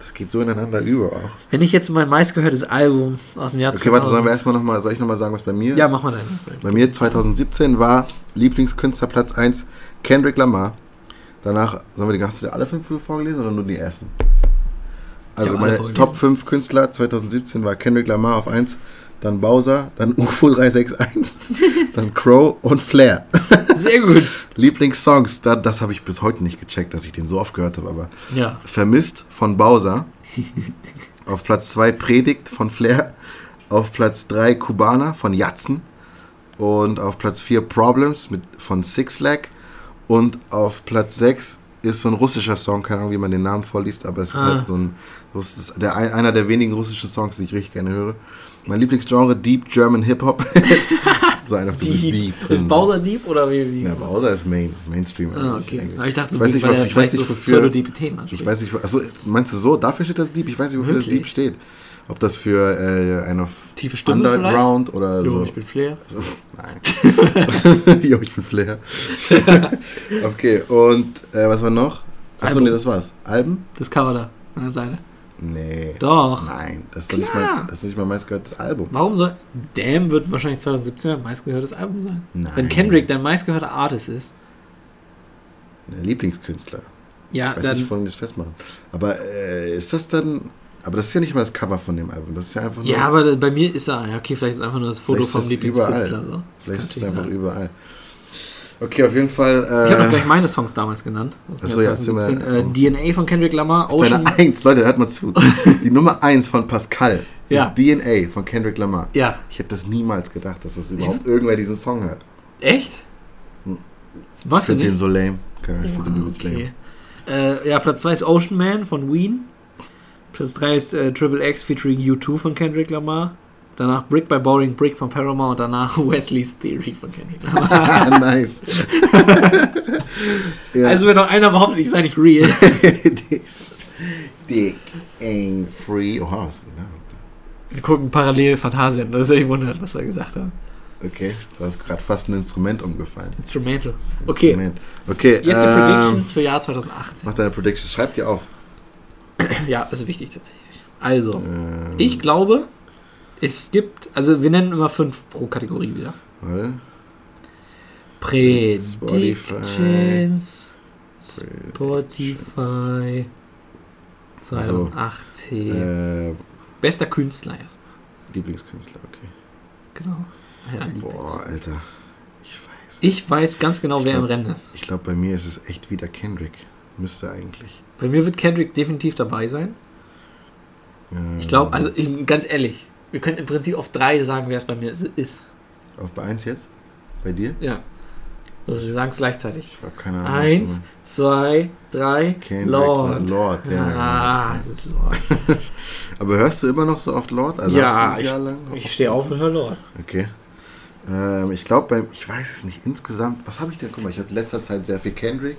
B: Das geht so ineinander über auch.
A: Ja. Wenn ich jetzt mein meistgehörtes Album aus dem Jahr
B: Okay, warte, sollen wir erstmal nochmal, soll ich nochmal sagen, was bei mir?
A: Ja, mach mal deine.
B: Bei mir 2017 war Lieblingskünstler Platz 1 Kendrick Lamar. Danach, sagen wir, die- hast du dir alle fünf vorgelesen oder nur die ersten? Also
A: hab alle
B: meine
A: vorgelesen.
B: Top 5 Künstler 2017 war Kendrick Lamar auf 1, dann Bowser, dann UFO 361, dann Crow und Flair.
A: Sehr gut.
B: Lieblingssongs, da, das habe ich bis heute nicht gecheckt, dass ich den so oft gehört habe, aber
A: Ja.
B: Vermisst von Bowser. auf Platz 2 Predigt von Flair. Auf Platz 3 Kubaner von Jatzen. Und auf Platz 4 Problems mit, von Six Lag. Und auf Platz 6 ist so ein russischer Song, keine Ahnung, wie man den Namen vorliest, aber es ist
A: Ah.
B: halt so ein. Das ist der, ein- einer der wenigen russischen Songs, die ich richtig gerne höre. Mein Lieblingsgenre, Deep German Hip-Hop. so einfach, du bist deep drin.
A: ist Bowser Dieb oder wie? wie?
B: Ja, Bowser ist Main, Mainstream.
A: Ah, okay. Aber ich dachte, so
B: Ich weiß
A: wie-
B: nicht,
A: weil
B: was-
A: er
B: ich weiß
A: vielleicht
B: nicht,
A: so
B: wofür-
A: Pseudo-DPT manchmal.
B: Ich weiß nicht, wo- achso, meinst du so, dafür steht das Dieb? Ich weiß nicht, wofür das
A: Wirklich?
B: Dieb steht. Ob das für äh, eine F-
A: Tiefe Stimme
B: Underground oder
A: vielleicht? Jo,
B: so.
A: ich bin Flair.
B: Also, nein. jo, ich bin Flair. okay, und äh, was war noch? Achso,
A: Album.
B: nee, das war's. Alben?
A: Das Cover da an der Seite.
B: Nee.
A: Doch.
B: Nein, das ist, doch nicht
A: Klar.
B: mein, das ist nicht mein meistgehörtes Album.
A: Warum soll... Damn wird wahrscheinlich 2017 dein meistgehörtes Album sein.
B: Nein.
A: Wenn Kendrick dein meistgehörter Artist ist,
B: Der Lieblingskünstler.
A: ja,
B: Ich weiß nicht,
A: dann...
B: woran die das festmachen. Aber äh, ist das dann. Aber das ist ja nicht mal das Cover von dem Album. Das ist ja einfach nur.
A: Ja, aber bei mir ist er... Ja, okay, vielleicht ist einfach nur das Foto
B: Also- Vielleicht ist
A: vom
B: es
A: Lieblingskünstler.
B: überall.
A: So.
B: Vielleicht
A: kann
B: ist es
A: natürlich
B: einfach
A: sein.
B: überall. Okay, auf jeden Fall.
A: Ich habe noch
B: Äh,
A: gleich meine Songs damals genannt. Aus dem
B: Ach so,
A: Jahr
B: ja, stimmt,
A: 2017.
B: ja.
A: äh, DNA von Kendrick Lamar,
B: ist
A: Ocean...
B: deine Eins, Leute, hört mal zu. Die Nummer Eins von Pascal
A: Ja.
B: ist DNA von Kendrick Lamar.
A: Ja.
B: Ich hätte das niemals gedacht, dass das überhaupt irgendwer diesen Song hört.
A: Echt?
B: Ich
A: Magst du
B: finde
A: nicht?
B: den so lame. Keine Ahnung, ich finde den
A: Ah,
B: übelst
A: okay.
B: lame.
A: Äh, ja, Platz 2 ist Ocean Man von Ween. Platz 3 ist äh, Triple X featuring U2 von Kendrick Lamar. Danach Brick by Boring Brick von Paramount und danach Wesley's Theory von Kendrick Lamar.
B: Ah, nice. ja.
A: Also wenn noch einer behauptet, ich sei nicht real.
B: This dick ain't free. Oha, was genau.
A: Wir gucken parallel Also Phantasien, das ist echt wundert, was er gesagt hat.
B: Okay, da ist gerade fast ein Instrument umgefallen.
A: Instrumental. Okay,
B: Instrument. Okay,
A: jetzt die
B: ähm,
A: Predictions für Jahr 2018.
B: Mach deine Predictions, schreib dir auf.
A: Ja, das ist wichtig tatsächlich. Also,
B: Ähm,
A: ich glaube, es gibt, also wir nennen immer fünf pro Kategorie wieder.
B: Warte.
A: Predictions. Spotify
B: Predictions.
A: 2018.
B: Äh,
A: Bester Künstler erstmal.
B: Lieblingskünstler, okay.
A: Genau. Ja, Lieblings.
B: Boah, Alter. Ich weiß. Scheiße.
A: Ich weiß ganz genau, wer im Rennen ist.
B: Ich glaube, bei mir ist es echt wieder Kendrick. Müsste eigentlich.
A: Bei mir wird Kendrick definitiv dabei sein.
B: Ähm,
A: Ich glaube, also ich, ganz ehrlich, wir können im Prinzip auf drei sagen, wer es bei mir is- ist.
B: Auf bei 1 jetzt? Bei dir?
A: Ja. Also wir sagen es gleichzeitig.
B: Ich habe keine Ahnung. was du
A: Eins,
B: meinst.
A: zwei, drei.
B: Kendrick
A: Lord.
B: Lord. Lord, ja.
A: Ah,
B: genau.
A: das ist Lord.
B: Aber hörst du immer noch so oft Lord? Also
A: Ja,
B: hast du das
A: ich-
B: Jahr lang?
A: Ich stehe auf und höre Lord.
B: Okay. Ähm, ich glaube beim, ich weiß es nicht, insgesamt, was habe ich denn? Guck mal, ich habe in letzter Zeit sehr viel Kendrick,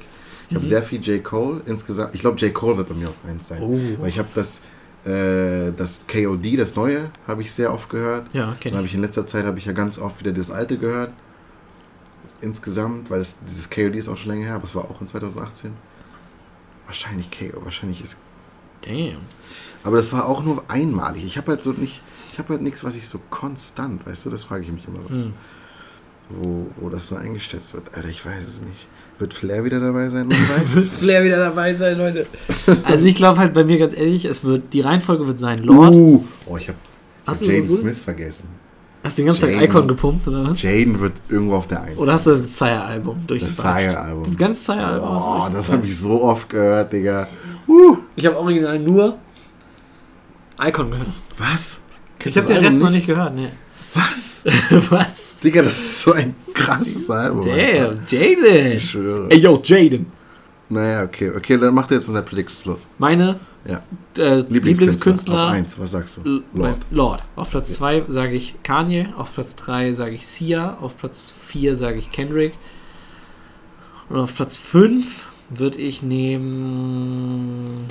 A: Mhm.
B: ich habe sehr viel J. Cole insgesamt. Ich glaube, J. Cole wird bei mir auf 1 sein.
A: Oh.
B: Weil ich habe das, äh, das KOD, das neue, habe ich sehr oft gehört.
A: Ja,
B: Dann
A: kenne
B: habe
A: ich.
B: ich in letzter Zeit habe ich ja ganz oft wieder das alte gehört. Das Insgesamt, weil es, dieses KOD ist auch schon länger her, aber es war auch in 2018. Wahrscheinlich KO, wahrscheinlich ist.
A: Damn.
B: Aber das war auch nur einmalig. Ich habe halt so nicht, ich habe halt nichts, was ich so konstant, weißt du, das frage ich mich immer, was,
A: Hm.
B: wo, wo das so eingeschätzt wird. Alter, ich weiß es nicht. Wird Flair wieder dabei sein? Man weiß
A: Wird
B: es.
A: Flair wieder dabei sein, Leute. Also ich glaube halt bei mir ganz ehrlich, es wird, die Reihenfolge wird sein, Lord.
B: Uh, oh, ich habe
A: Hast du
B: Jaden
A: so-
B: Smith vergessen.
A: Hast du den ganzen Tag
B: Jaden.
A: Icon gepumpt, oder was?
B: Jaden wird irgendwo auf der 1.
A: Oder hast du das Sire-Album
B: das
A: durchgebracht? Das
B: Sire-Album?
A: ganze Sire-Album. hast du
B: Oh, das
A: durchgebracht.
B: habe ich so oft gehört, Digga.
A: Ich habe original nur Icon gehört.
B: Was?
A: Ich
B: Kennst
A: habe
B: du das
A: den Rest
B: Album
A: noch nicht gehört, ne.
B: Was? Oh
A: Was?
B: Digga, das ist so ein krasses Album. Alter.
A: Damn, Jaden!
B: Ich schwöre.
A: Ey, yo, Jaden!
B: Naja, okay. Okay, dann mach dir jetzt unser Predictions los.
A: Meine
B: Ja.
A: äh,
B: Auf
A: Lieblingskünstler.
B: eins, was sagst du?
A: L-
B: Lord.
A: bei- Lord. Auf Platz 2 sage ich Kanye, auf Platz 3 sage ich Sia, auf Platz 4 sage ich Kendrick. Und auf Platz 5 würde ich nehmen.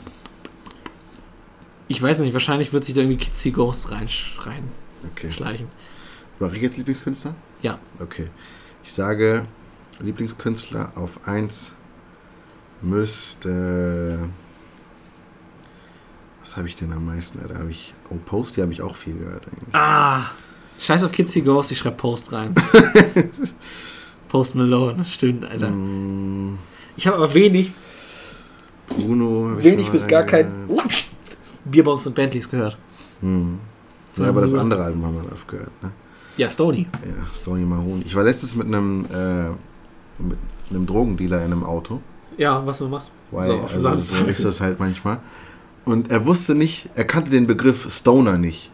A: Ich weiß nicht, wahrscheinlich wird sich da irgendwie Kitsy Ghost reinsch-
B: Okay.
A: reinschleichen.
B: War ich jetzt Lieblingskünstler?
A: Ja.
B: Okay. Ich sage, Lieblingskünstler auf 1 müsste. Was habe ich denn am meisten? Da habe ich. Oh, Posty habe ich auch viel gehört eigentlich.
A: Ah! Scheiß auf Kitsy Ghost, ich schreibe Post rein. Post Malone, stimmt, Alter.
B: Mm,
A: Ich habe aber wenig,
B: Bruno habe ich
A: wenig
B: mal
A: bis gar kein
B: reingehört.
A: Bierbongs und Bentleys gehört.
B: Hm. Ja, aber das andere Album haben wir oft gehört, ne?
A: Ja, Stony.
B: Ja, Stony Mahon. Ich war letztens mit einem, äh, mit einem Drogendealer in einem Auto.
A: Ja, was man macht.
B: Weil,
A: So, auf den
B: also,
A: Sand.
B: so ist das halt manchmal. Und er wusste nicht, er kannte den Begriff Stoner nicht.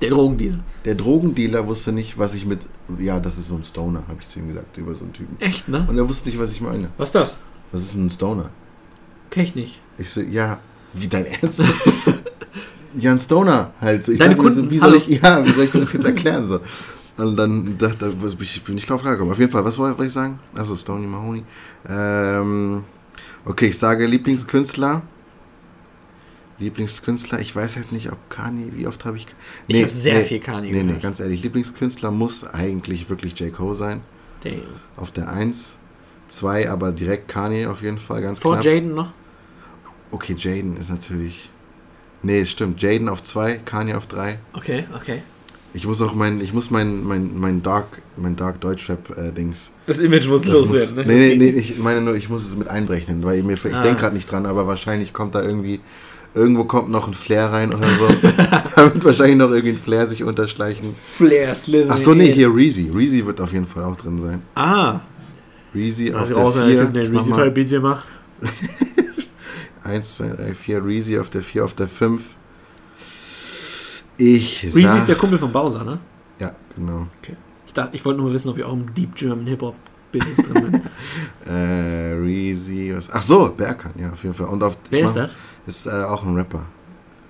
A: Der Drogendeal.
B: Der Drogendealer wusste nicht, was ich mit. Ja, das ist so ein Stoner, habe ich zu ihm gesagt, über so einen Typen.
A: Echt, ne?
B: Und er wusste nicht, was ich meine.
A: Was ist das?
B: Was ist denn ein Stoner?
A: Kenn ich nicht.
B: Ich so, ja, wie dein Ernst? ja, ein Stoner halt. So, ich
A: Deine
B: dachte mir so,
A: Kunden,
B: wie soll
A: hallo.
B: ich, ja, wie soll ich das jetzt erklären? So. Und dann dachte ich, was- ich bin nicht drauf klargekommen. Auf jeden Fall, was wollte wollte ich sagen? Achso, Stony Mahoney. Ähm, okay, ich sage Lieblingskünstler. Lieblingskünstler, ich weiß halt nicht, ob Kanye, wie oft habe ich.
A: Ich habe sehr
B: nee,
A: viel Kanye
B: Nee, nee,
A: gehört.
B: ganz ehrlich, Lieblingskünstler muss eigentlich wirklich J. Cole sein.
A: Damn.
B: Auf der 1, 2, aber direkt Kanye auf jeden Fall, ganz
A: Vor
B: knapp.
A: Jaden noch?
B: Okay, Jaden ist natürlich. Nee, stimmt. Jaden auf 2, Kanye auf 3.
A: Okay, okay.
B: Ich muss auch mein, ich muss mein, mein, mein Dark, mein Dark Deutschrap-Dings.
A: Das Image muss ne?
B: das muss, nee, nee, nee, ich meine nur, ich muss es mit einberechnen, weil ich mir, ich
A: Ah.
B: denke gerade nicht dran, aber wahrscheinlich kommt da irgendwie, irgendwo kommt noch ein Flair rein oder so. da wird wahrscheinlich noch irgendwie ein Flair sich unterschleichen.
A: Flair, Slytherin.
B: Ach so, nee, hier Reezy. Reezy wird auf jeden Fall auch drin sein.
A: Ah.
B: Reezy auf
A: Also
B: der
A: raus, der Typ, der
B: 4.
A: Reezy Toy Beats hier macht.
B: 1, 2, 3, 4. Reezy auf der 4, auf der 5. Ich
A: Reezy ist
B: sag,
A: der Kumpel von Bowser, ne?
B: Ja, genau.
A: Ich dachte, ich wollte nur wissen, ob ich auch im Deep German Hip-Hop-Business drin bin.
B: Äh, Reezy, was? Ach so, Berkan, ja, auf jeden Fall. Und auf, ich
A: Wer ist
B: mach-
A: das?
B: Ist äh, auch ein Rapper.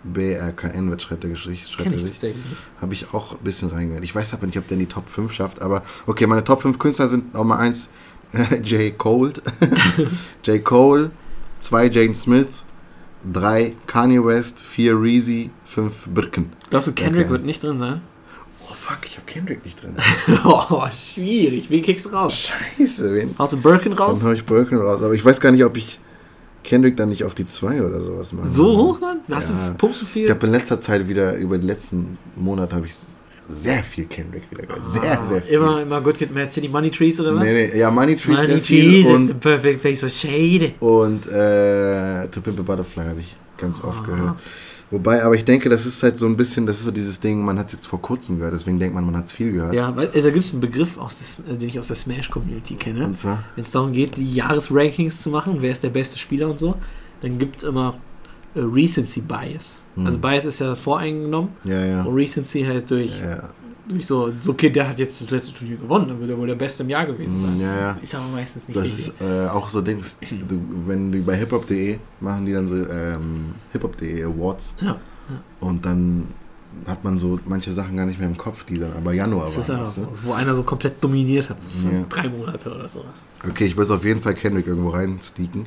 B: BRKN wird schreibt er geschrieben. Schreibt
A: Kenn
B: er
A: ich
B: sich.
A: tatsächlich nicht.
B: Habe ich auch ein bisschen reingehört. Ich weiß aber nicht, ob der in die Top 5 schafft, aber okay, meine Top 5 Künstler sind Nummer 1 J. Cole. J. Cole, 2 Jane Smith, 3 Kanye West, 4 Reezy, 5 Birken.
A: Glaubst du, Kendrick
B: Okay.
A: wird nicht drin sein?
B: Oh fuck, ich habe Kendrick nicht drin.
A: oh, schwierig. Wen kriegst du raus?
B: Scheiße, wen?
A: Haust du Birkin
B: Dann
A: raus?
B: habe ich Birken raus, aber ich weiß gar nicht, ob ich Kendrick dann nicht auf die 2 oder sowas mache.
A: So hoch dann? Hast
B: Ja.
A: du, pumpst du
B: Ich
A: viel?
B: habe in letzter Zeit wieder, über den letzten Monat habe ich sehr viel Kendrick wieder gehört. Sehr,
A: Ah,
B: sehr viel.
A: Immer, immer Good Kid, Mad City, Money Trees oder was?
B: Nee, nee, ja, Money Trees
A: Money
B: sehr
A: Trees
B: viel
A: is the
B: und,
A: perfect face for shade.
B: und äh, To Pimp a Butterfly habe ich ganz oft
A: Ah.
B: gehört. Wobei, aber ich denke, das ist halt so ein bisschen, das ist so dieses Ding, man hat es jetzt vor kurzem gehört, deswegen denkt man, man hat es viel gehört.
A: Ja, weil, äh, da gibt es einen Begriff, aus der, S- äh, den ich aus der Smash-Community kenne.
B: Und zwar,
A: Wenn es darum geht, die Jahresrankings zu machen, wer ist der beste Spieler und so, dann gibt es immer äh, Recency Bias.
B: Hm.
A: Also Bias ist ja voreingenommen
B: ja, ja.
A: und Recency halt durch,
B: Ja, ja.
A: durch so, so, okay, der hat jetzt das letzte Turnier gewonnen, dann wird er wohl der Beste im Jahr gewesen sein.
B: Hm, ja, ja.
A: Ist aber meistens nicht
B: Das
A: richtig.
B: ist äh, auch so Dings, du, wenn du bei hiphop.de machen die dann so ähm, hiphop.de Awards
A: Ja,
B: und dann hat man so manche Sachen gar nicht mehr im Kopf, die dann aber Januar
A: das ist
B: waren.
A: ja
B: weißt du?
A: so, wo einer so komplett dominiert hat, so für
B: Ja.
A: drei Monate oder sowas.
B: Okay, ich will es auf jeden Fall Kendrick irgendwo reinsneaken.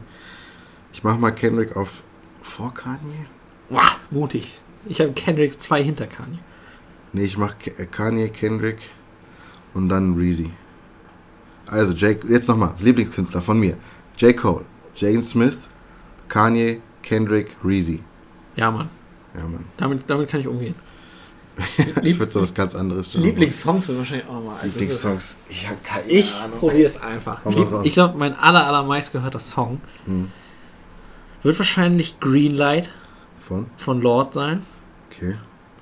B: Ich mach mal Kendrick auf vor Kanye?
A: Wah, mutig. Ich habe Kendrick zwei hinter Kanye.
B: Nee, ich mach Ke- äh, Kanye, Kendrick und dann Reezy. Also, Jake, jetzt nochmal, Lieblingskünstler von mir. J. Cole, Jane Smith, Kanye, Kendrick, Reezy.
A: Ja, Mann,
B: Ja, Mann.
A: damit, damit kann ich umgehen.
B: Das wird so was ganz anderes.
A: Lieblingssongs wird wahrscheinlich auch mal. Also
B: Lieblingssongs. Ich habe keine
A: Ich
B: Ahnung.
A: probiere es einfach.
B: Komm
A: Lieb,
B: mal raus.
A: ich glaube, mein aller, allermeist gehörter Song
B: Hm.
A: wird wahrscheinlich Greenlight
B: Von?
A: von Lord sein.
B: Okay.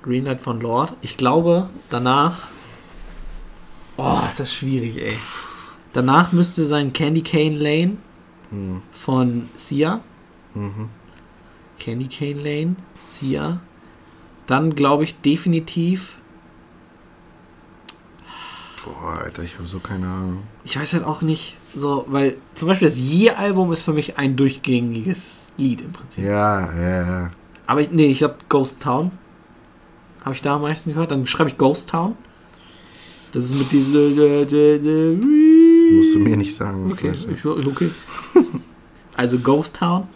A: Greenlight von Lord. Ich glaube, danach. Oh, ist das schwierig, ey. Danach müsste sein Candy Cane Lane
B: Hm.
A: von Sia.
B: Mhm.
A: Candy Cane Lane, Sia. Dann glaube ich definitiv.
B: Boah, Alter, ich habe so keine Ahnung.
A: Ich weiß halt auch nicht, so, weil zum Beispiel das Je-Album ist für mich ein durchgängiges Lied im Prinzip.
B: Ja, ja, ja.
A: Aber ich, nee, ich habe Ghost Town. Habe ich da am meisten gehört. Dann schreibe ich Ghost Town. Das ist mit diesem.
B: Musst du mir nicht sagen.
A: Okay,
B: Weißt du.
A: ich, okay. Also Ghost Town.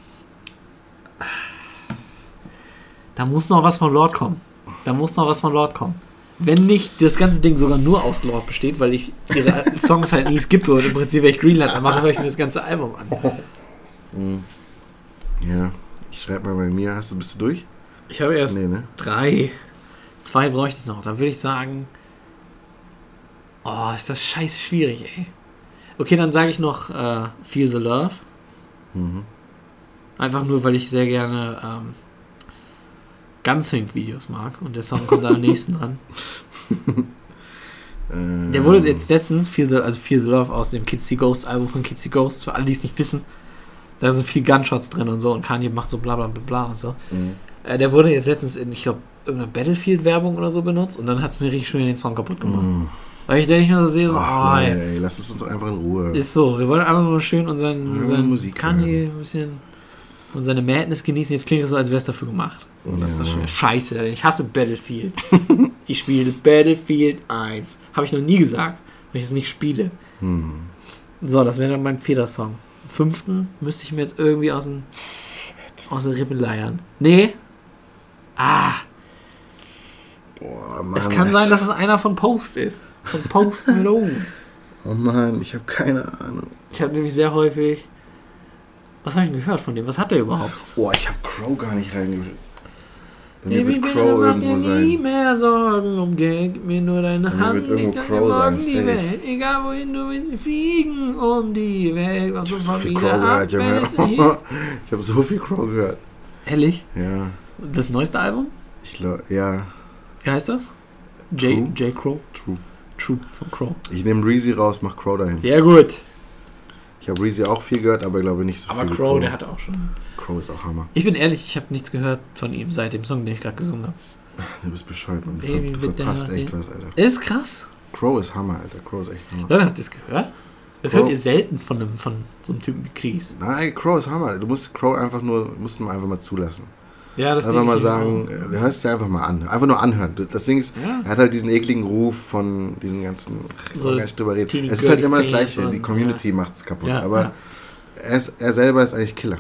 A: Da muss noch was von Lord kommen. Da muss noch was von Lord kommen. Wenn nicht das ganze Ding sogar nur aus Lord besteht, weil ich ihre Songs halt nie skippe und im Prinzip, wenn ich Greenland anmache, höre ich mir das ganze Album an.
B: Ja. Ich schreibe mal bei mir. Hast du, bist du durch?
A: Ich habe erst
B: Nee, ne?
A: Drei. Zwei bräuchte ich noch. Dann würde ich sagen. Oh, ist das scheiß schwierig, ey. Okay, dann sage ich noch äh, Feel the Love.
B: Mhm.
A: Einfach nur, weil ich sehr gerne ähm, Gunslink-Videos mag und der Song kommt da am nächsten dran.
B: Ähm,
A: Der wurde jetzt letztens, Feel the, also Feel the Love aus dem Kids See Ghost Album von Kids See Ghost, für alle, die es nicht wissen, da sind viel Gunshots drin und so und Kanye macht so bla bla bla bla und so.
B: Mhm.
A: Äh, der wurde jetzt letztens in, ich glaube, irgendeiner Battlefield-Werbung oder so benutzt und dann hat es mir richtig schön den Song kaputt gemacht.
B: Mhm.
A: Weil ich denke nur so sehe, so,
B: Ach,
A: oh,
B: nee,
A: ey,
B: ey, lass es uns einfach in Ruhe.
A: ist so, wir wollen einfach nur schön unseren,
B: Ja,
A: unseren
B: Musik
A: Kanye ein bisschen und seine Madness genießen. Jetzt klingt es so, als wäre es dafür gemacht. So, das ist doch
B: Ja.
A: schon scheiße. Ich hasse Battlefield. ich spiele Battlefield 1. Habe ich noch nie gesagt, weil ich es nicht spiele.
B: Hm.
A: So, das wäre dann mein vierter Song. Fünften müsste ich mir jetzt irgendwie aus den, aus den Rippen leiern. Nee. Ah,
B: Boah, Mann.
A: es kann
B: Alter.
A: sein, dass es einer von Post ist. Von Post Malone.
B: Oh Mann, ich habe keine Ahnung.
A: Ich habe nämlich sehr häufig. Was habe ich denn gehört von dem? Was hat der überhaupt?
B: Boah, ich habe Crow gar nicht reingeschrieben. Bei mir wird Crow irgendwo sein.
A: mehr Sorgen um Geld, gib mir nur deine
B: Bei mir wird irgendwo
A: kann dir
B: Crow
A: morgen
B: sein,
A: die
B: safe.
A: Welt, egal wohin du willst, fliegen um die Welt.
B: Ich
A: Also
B: habe so
A: mal
B: viel
A: wieder
B: Crow
A: ab,
B: gehört, Junge.
A: wenn es nicht-
B: Ich habe so viel Crow gehört.
A: Ehrlich?
B: Ja,
A: Das neueste Album?
B: ich glaube, ja,
A: Wie heißt das?
B: True.
A: J, J. Crow?
B: true.
A: True von Crow.
B: Ich nehme Reezy raus, mach Crow dahin.
A: Ja, gut.
B: Ich habe Reezy auch viel gehört, aber glaube nicht so
A: Aber
B: viel. wie
A: Crow, der hat auch schon.
B: Crow ist auch Hammer.
A: Ich bin ehrlich, ich habe nichts gehört von ihm seit dem Song, den ich gerade gesungen habe.
B: Du bist bescheuert, Mann. Du, ver
A: Baby,
B: du
A: bitte
B: verpasst
A: hör
B: echt
A: hin.
B: was, Alter.
A: Ist krass.
B: Crow ist Hammer, Alter. Crow ist echt Hammer.
A: Leute, habt ihr das gehört? Das
B: Wow.
A: hört ihr selten von, einem, von so einem Typen wie Kries.
B: Nein, Crow ist Hammer. Du musst Crow einfach nur, musst ihn mal einfach mal zulassen.
A: Ja, das
B: einfach mal sagen, äh, du hörst dir einfach mal an. Einfach nur anhören. Du- Das Ding ist,
A: Ja.
B: er hat halt diesen ekligen Ruf von diesen ganzen. ich
A: So
B: will gar nicht drüber reden.
A: teeny
B: Es ist halt
A: girly
B: immer das
A: things
B: Gleiche. Die
A: und-
B: Community macht's kaputt.
A: Ja,
B: aber
A: ja.
B: Er, ist, er selber ist eigentlich Killer.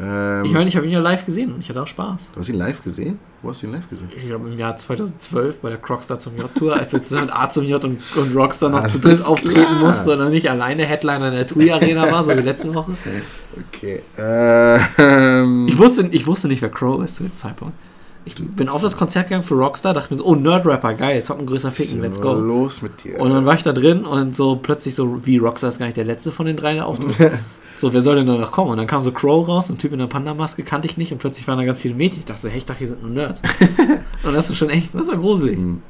B: Ähm,
A: Ich meine, ich habe ihn ja live gesehen und ich hatte auch Spaß.
B: du hast ihn live gesehen? Wo hast du ihn live gesehen?
A: Ich glaube, im Jahr 2012 bei der Crockstar zum J-Tour, als wir zusammen mit A zum J und, und Rockstar noch zu
B: Alles
A: dritt auftreten
B: klar.
A: mussten und er nicht alleine Headliner in der TUI-Arena war, so wie letzte Woche.
B: Okay. Ähm,
A: Ich wusste, ich wusste nicht, wer Crow ist zu dem Zeitpunkt. Ich bin auf das Konzert gegangen für Rockstar, dachte mir so, oh, Nerdrapper, geil, jetzt hat ein größer Ficken, let's go.
B: Los mit dir.
A: Und dann war ich da drin und so plötzlich so, wie Rockstar ist gar nicht der letzte von den drei, der auftritt. so, wer soll denn da noch kommen? Und dann kam so Crow raus, ein Typ in der Panda-Maske, kannte ich nicht und plötzlich waren da ganz viele Mädchen. Ich dachte so, hey, ich dachte, hier sind nur Nerds. und das war schon echt, das war gruselig.
B: Mhm.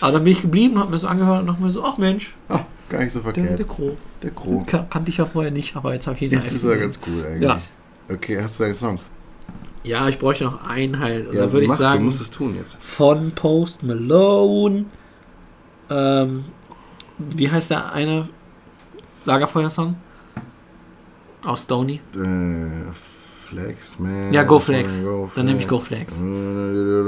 A: Aber dann bin ich geblieben, hab mir so angehört und nochmal so, ach Mensch,
B: Ah, gar nicht so
A: der,
B: verkehrt.
A: der Crow.
B: der Kro.
A: Kan kannte ich ja vorher nicht, aber jetzt habe ich ihn
B: Oh. Jetzt
A: live
B: ist er
A: gesehen.
B: ganz cool eigentlich.
A: Ja.
B: Okay, hast du deine Songs?
A: Ja, ich bräuchte noch einen halt. Und
B: Ja,
A: dann würde ich
B: mach,
A: sagen,
B: du musst es tun jetzt.
A: von Post Malone. Ähm, wie heißt der eine Lagerfeuer-Song? Aus Stoney.
B: Äh, Flex, man.
A: Ja, Go Flex. Dann nehme ich Go
B: Flex.
A: Flex.
B: Mach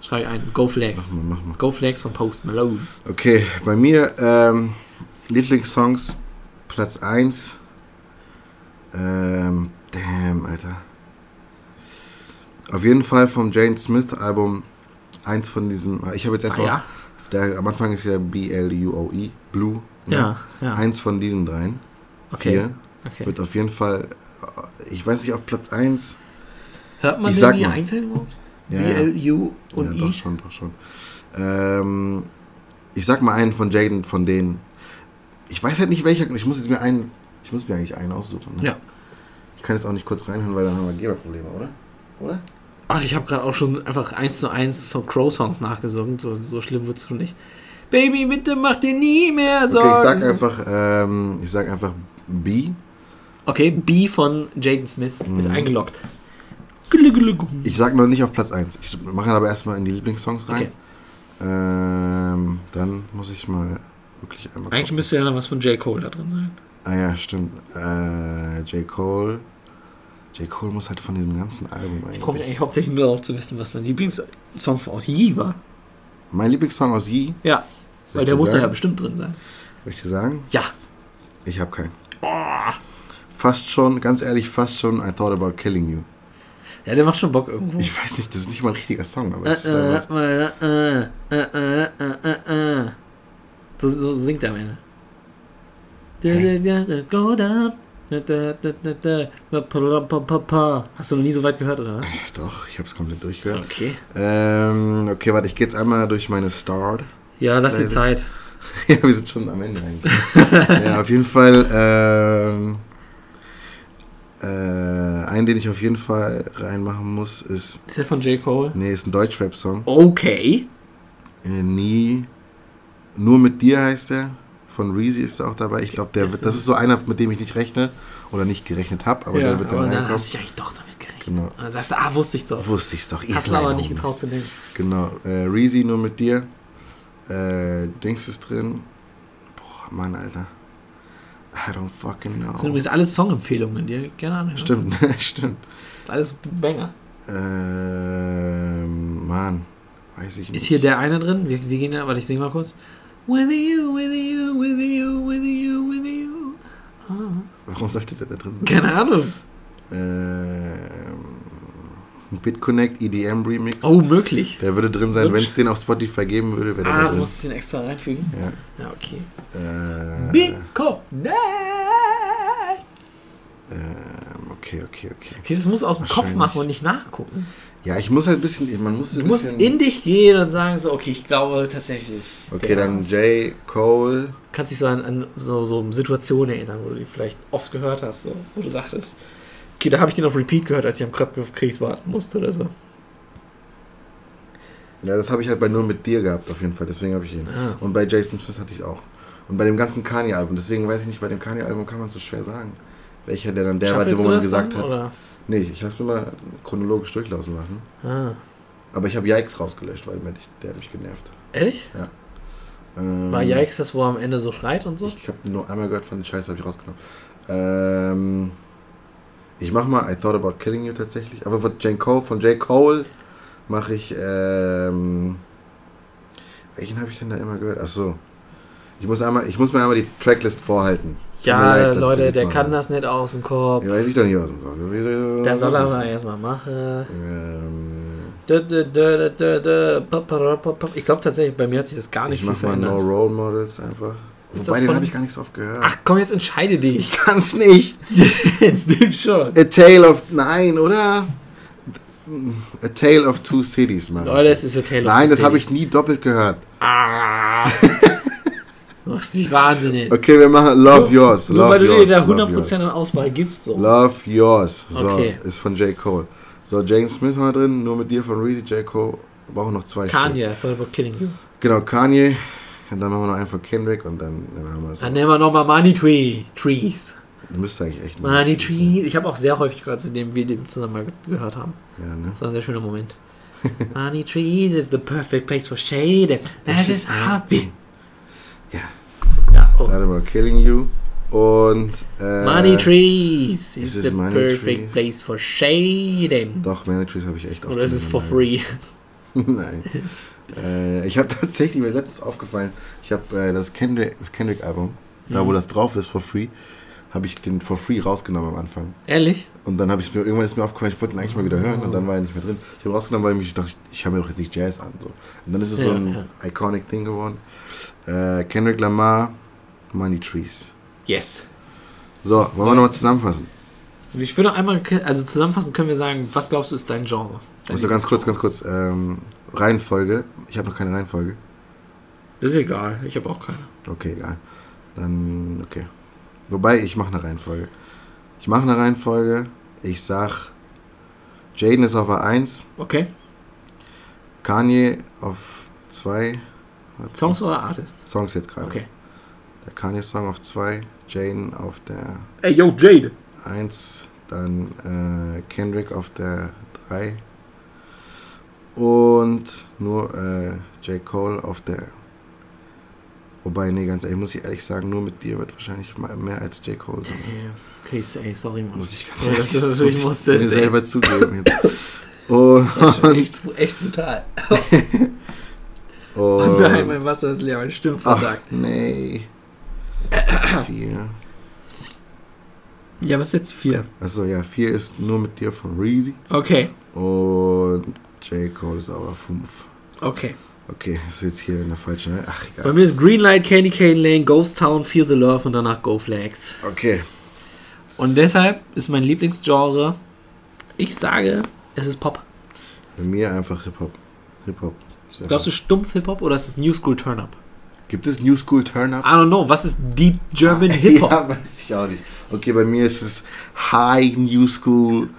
A: Schreibe ich ein. Go Flex.
B: mal, mach mal.
A: Go Flex von Post Malone.
B: Okay, bei mir ähm, Lieblingssongs Platz 1. Ähm, damn, Alter. Auf jeden Fall vom Jane Smith Album. Eins von diesem. Ich habe jetzt erstmal.
A: Ja,
B: der- Am Anfang ist ja B-L-U-O-E. Blue. ne?
A: ja. ja.
B: Eins von diesen dreien.
A: Okay.
B: Vier.
A: okay.
B: Wird auf jeden Fall. äh, Ich weiß nicht, auf Platz 1.
A: Hört man
B: Ich
A: denn
B: sag
A: die
B: mal.
A: einzeln überhaupt?
B: Ja,
A: B,
B: ja.
A: L, U E? und
B: ja,
A: I?
B: doch schon, doch schon. Ähm, ich sag mal einen von Jaden, von denen. Ich weiß halt nicht welcher. Ich muss jetzt mir einen. Ich muss mir eigentlich einen aussuchen. Ne?
A: Ja.
B: Ich kann jetzt auch nicht kurz reinhören, weil dann haben wir Geberprobleme, oder? Oder?
A: Ach, ich habe gerade auch schon einfach eins zu eins so Crow-Songs nachgesungen. So, so schlimm wird's schon nicht. Baby, bitte mach dir nie mehr Sorgen.
B: Okay, ich sag einfach. Ähm, ich sag einfach B.
A: Okay, B von Jaden Smith ist
B: Mhm.
A: eingeloggt.
B: Ich sag noch nicht auf Platz 1. Ich mache aber erstmal in die Lieblingssongs rein.
A: Okay.
B: Ähm, dann muss ich mal wirklich einmal.
A: Eigentlich
B: gucken.
A: müsste ja noch was von J. Cole da drin sein.
B: Ah ja, stimmt. Äh, J. Cole. J. Cole muss halt von diesem ganzen Album
A: Ich freue mich
B: eigentlich.
A: eigentlich hauptsächlich nur darauf zu wissen, was dein Lieblingssong von aus Yee war.
B: Mein Lieblingssong aus Yee.
A: Ja, weil
B: Soll ich
A: der
B: dir
A: muss da ja
B: sagen?
A: bestimmt drin sein.
B: Soll ich dir sagen?
A: Ja.
B: Ich habe keinen. Fast schon, ganz ehrlich, fast schon I Thought About Killing You.
A: Ja, der macht schon Bock irgendwo.
B: Ich weiß nicht, das ist nicht mal ein richtiger Song, aber
A: Hm. Äh,
B: es ist einfach,
A: äh, äh, äh, äh, äh, äh. So- So singt er am Ende. Go down. Hast du noch nie so weit gehört, oder? was?
B: Doch, ich habe es komplett durchgehört.
A: Okay.
B: Ähm, okay, warte, ich gehe jetzt einmal durch meine Start.
A: Ja, lass dir
B: Nein, das-
A: Zeit.
B: ja, wir sind schon am Ende eigentlich. ja, auf jeden Fall. Ähm, äh, einen, den ich auf jeden Fall reinmachen muss, ist.
A: Ist der von J. Cole?
B: Nee, ist ein Deutschrap-Song.
A: Okay.
B: Äh, nie. Nur mit dir heißt der. Von Reezy ist er auch dabei. Ich glaube, der
A: Ist
B: wird.
A: so.
B: Das ist so einer, mit dem ich nicht rechne oder nicht gerechnet habe, aber der wird da
A: aber dann
B: reinkommen.
A: hast du dich eigentlich doch damit gerechnet.
B: Genau.
A: Und dann sagst du, ah, wusste ich so.
B: Wusste ich's doch. ihr
A: Hast du aber
B: kleinen
A: nicht getraut
B: Homies.
A: zu denken.
B: Genau. Äh, Reezy nur mit dir. Äh, Dings ist drin. Boah, Mann, Alter. I don't fucking
A: Das sind
B: know.
A: übrigens alles Songempfehlungen, die ihr gerne anhören.
B: Stimmt, stimmt.
A: Alles Banger.
B: Ähm, Mann, weiß ich nicht.
A: Ist hier der eine drin? Wir, wir gehen ja, warte, ich sing mal kurz. With you, with you, with you, with you, with you. Ah.
B: Warum sollte der da drin sein?
A: Keine Ahnung.
B: Ähm, BitConnect EDM Remix.
A: Oh, möglich.
B: Der würde drin sein, wenn es den auf Spotify geben würde, wäre der
A: Ah,
B: da
A: du
B: drin.
A: musst es den extra reinfügen.
B: Ja.
A: Ja, okay.
B: Äh,
A: Bico, nein!
B: ähm, okay, okay, okay.
A: Okay, das muss aus dem Kopf
B: Wahrscheinlich.
A: machen und nicht nachgucken.
B: Ja, ich muss halt ein bisschen, man muss ein
A: Du musst
B: bisschen...
A: in dich gehen und sagen so, okay, ich glaube tatsächlich.
B: okay,
A: der
B: dann
A: ist-
B: J. Cole.
A: kannst dich so an, an so, so Situationen erinnern, wo du die vielleicht oft gehört hast, so, wo du sagtest, okay, da habe ich den auf Repeat gehört, als ich am Kröpfkriegs warten musste oder so.
B: Ja, das habe ich halt bei Nur mit dir gehabt, auf jeden Fall. Deswegen habe ich ihn.
A: Ah.
B: Und bei Jason Smith hatte ich auch. Und bei dem ganzen Kanye-Album. Deswegen weiß ich nicht, bei dem Kanye-Album kann man es so schwer sagen. Welcher der dann der war,
A: Schaffelst
B: wo
A: du
B: man
A: das
B: gesagt
A: dann,
B: hat.
A: oder?
B: Nee, ich lasse mir mal chronologisch durchlaufen lassen.
A: Ah,
B: Aber ich habe Yikes rausgelöscht, weil der, der hat mich genervt.
A: ehrlich?
B: Ähm,
A: War Yikes das, wo er am Ende so schreit und so?
B: Ich habe nur einmal gehört von den Scheiß, habe ich rausgenommen. Ähm, ich mache mal I Thought About Killing You tatsächlich. Aber von J. Cole, von J. Cole mache ich. Ähm, welchen habe ich denn da immer gehört? Achso. Ich muss, einmal, ich muss mir einmal die Tracklist vorhalten. Tut mir
A: Ja,
B: leid, dass ich das
A: Leute,
B: jetzt
A: der
B: machen
A: kann
B: muss.
A: das nicht aus dem Kopf.
B: Ja, weiß ich doch nicht aus dem Kopf. Wie soll ich
A: Der
B: das
A: soll
B: machen?
A: aber erstmal machen.
B: Ähm,
A: Dö, dö, dö, dö, dö, pa, pa, ra, pa, pa. Ich glaube tatsächlich, bei mir hat sich das gar nicht
B: ich
A: viel
B: mache mal
A: verändert.
B: No Role Models einfach.
A: Ist das
B: Wobei, den
A: von-
B: habe ich gar nicht so oft gehört.
A: Ach komm, jetzt entscheide dich.
B: ich kann's nicht.
A: jetzt nimm schon.
B: A Tale of. Nein, oder? A Tale of Two Cities machen.
A: Leute, es Oh, ist ja Taylor.
B: Nein, das habe ich nie doppelt gehört.
A: Ah. Du machst mich wahnsinnig.
B: Okay, wir machen Love Yours.
A: Nur
B: Love
A: weil du dir
B: yours,
A: da
B: Love
A: 100%
B: Yours.
A: an Auswahl gibst. So.
B: Love Yours. So,
A: Okay.
B: ist von J. Cole. So, Jane Smith war drin, nur mit dir von Reezy, J. Cole. Wir brauchen noch zwei Stück.
A: Kanye, Forever Killing You.
B: Genau, Kanye. Und dann machen wir noch einen von Kendrick und dann, dann haben wir es.
A: Dann nehmen wir nochmal Money Tree. Trees.
B: Du müsstest eigentlich echt noch-
A: Money Trees. Ich habe auch sehr häufig gehört, seitdem wir den zusammen mal gehört haben.
B: Ja, ne?
A: Das war ein sehr schöner Moment. Money Trees is the perfect place for shade. That is happy.
B: Ja.
A: Ja, oh.
B: That about killing you. Und. Äh,
A: Money Trees is,
B: ist es
A: the
B: Money
A: perfect
B: Trees?
A: place for shading.
B: Doch, Money Trees habe ich echt oft
A: Oder ist es for
B: in
A: free?
B: meinem Leben. Nein. äh, ich habe tatsächlich, mir ist letztens aufgefallen, ich habe äh, das Kendrick-Album, das Kendrick Album, da
A: Mhm.
B: wo das drauf ist, for free, habe ich den for free rausgenommen am Anfang.
A: Ehrlich?
B: Und dann habe ich mir irgendwann ist mir aufgefallen, ich wollte ihn eigentlich mal wieder hören und dann war er nicht mehr drin. Ich habe rausgenommen, weil ich mich dachte, ich höre mir doch jetzt nicht Jazz an. So. Und dann ist es so
A: Ja,
B: ein iconic Ding geworden. Äh, Kendrick Lamar, Money Trees.
A: Yes.
B: So, wollen wir nochmal zusammenfassen?
A: Ich würde einmal, also zusammenfassend können wir sagen, was glaubst du ist dein Genre? Dein
B: Also ganz kurz, ganz kurz. Ähm, Reihenfolge. Ich habe noch keine Reihenfolge.
A: Das ist egal, ich habe auch keine.
B: Okay, egal. Dann, okay. Wobei, ich mache eine Reihenfolge. Ich mache eine Reihenfolge. Ich sag, Jaden ist auf der 1,
A: Okay.
B: Kanye auf 2.
A: Songs oder Artists?
B: Songs jetzt gerade.
A: Okay.
B: Der Kanye-Song auf 2, Jaden auf der
A: Ey, yo, Jade!
B: 1, dann äh, Kendrick auf der 3 und nur äh, J. Cole auf der. Wobei, nee, ganz ehrlich, muss ich ehrlich sagen, nur mit dir wird wahrscheinlich mal mehr als J. Cole sein.
A: Damn. Okay, ey, sorry, Mann.
B: Muss ich ganz
A: Ja,
B: ehrlich
A: das ist das, was
B: das muss
A: ich
B: ich
A: musste,
B: mir
A: ey.
B: selber zugeben. Jetzt. Oh, Und,
A: Echt, echt brutal.
B: und,
A: Nein, mein Wasser ist leer, meine Stimme
B: ach,
A: versagt.
B: oh, nee. vier.
A: Ja, was ist jetzt vier?
B: Achso, ja, vier ist nur mit dir von Reezy.
A: Okay,
B: Und J. Cole ist aber 5.
A: okay.
B: Okay, ist jetzt hier in der falschen Reihe. Ach,
A: Bei
B: egal.
A: mir ist Greenlight, Candy Cane Lane, Ghost Town, Feel the Love und danach Go Flags.
B: Okay.
A: Und deshalb ist mein Lieblingsgenre, ich sage, es ist Pop.
B: Bei mir einfach Hip-Hop. Hip-Hop. Ist einfach-
A: Glaubst du stumpf Hip-Hop oder ist es New School Turn-Up?
B: Gibt es New School Turn-Up?
A: I don't know, was ist Deep German Hip-Hop?
B: Ja, weiß ich auch nicht. Okay, bei mir ist es High New School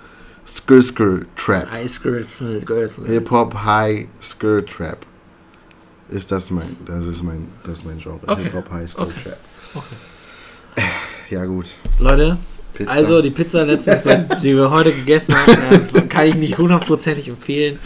B: Skr Skr Trap.
A: Ice Girls, Girls.
B: Hip-Hop High Skr Trap. Ist das mein, das ist mein, das ist mein Genre.
A: Okay.
B: Hip-Hop High School
A: Okay.
B: Trap. Ja, gut.
A: Leute,
B: Pizza.
A: also die Pizza letztens, die wir heute gegessen haben, äh, kann ich nicht hundertprozentig empfehlen.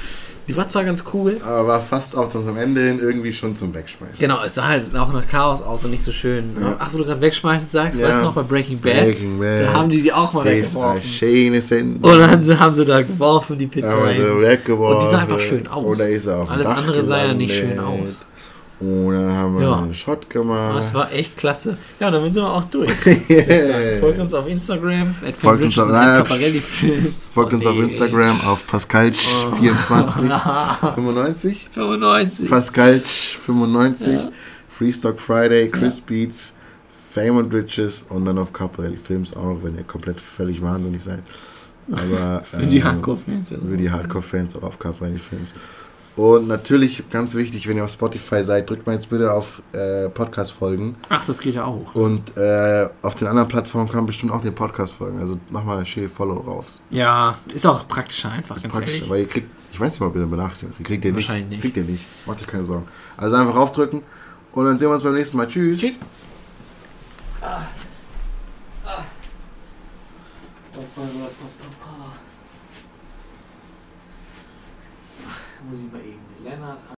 A: Die war zwar ganz cool.
B: Aber war fast auch das am Ende hin irgendwie schon zum Wegschmeißen.
A: Genau, es sah halt auch nach Chaos aus und nicht so schön. ne?
B: Ja.
A: Ach, wo du gerade wegschmeißen sagst,
B: Ja.
A: weißt du noch bei Breaking Bad?
B: Breaking Bad.
A: Da haben die die auch mal
B: Das ist ein
A: weggeworfen.
B: schönes Ende.
A: Und dann haben sie da geworfen, die Pizza
B: Aber so
A: rein.
B: weggeworfen.
A: Und die sah einfach schön aus.
B: Oder ist er auf dem
A: Alles
B: Dach
A: andere sah ja nicht schön
B: gelandet.
A: aus.
B: Und dann haben wir
A: Ja.
B: noch einen Shot
A: Aber es
B: gemacht.
A: war echt klasse. Ja, damit sind wir auch durch.
B: Yeah.
A: Folgt uns auf Instagram, at
B: Folgt uns auf- nein,
A: Films.
B: Folgt uns auf Instagram auf
A: Oh.
B: Pascalch2495.
A: 95.
B: Pascalch95. Freestock Friday, Chris Beats, Fame and Riches und dann auf Caparelli Films auch noch, wenn ihr komplett völlig wahnsinnig seid. Aber
A: Für die
B: ähm,
A: Hardcore-Fans.
B: Für die Hardcore-Fans auch auf Caprani Films. Und natürlich, ganz wichtig, wenn ihr auf Spotify seid, drückt mal jetzt bitte auf äh, Podcast folgen.
A: Ach, das geht ja auch.
B: Und äh, auf den anderen Plattformen kann man bestimmt auch den Podcast folgen. Also mach mal schön Follow raus.
A: Ja, ist auch praktischer einfach, ganz
B: Praktisch,
A: ehrlich.
B: weil ihr kriegt, ich weiß nicht mal, ob ihr eine Benachrichtigung kriegt. Kriegt ihr nicht.
A: Wahrscheinlich nicht.
B: Kriegt ihr nicht. Macht euch keine Sorgen. Also einfach raufdrücken und dann sehen wir uns beim nächsten Mal. Tschüss.
A: Tschüss. Muss ich mal eben. Lennart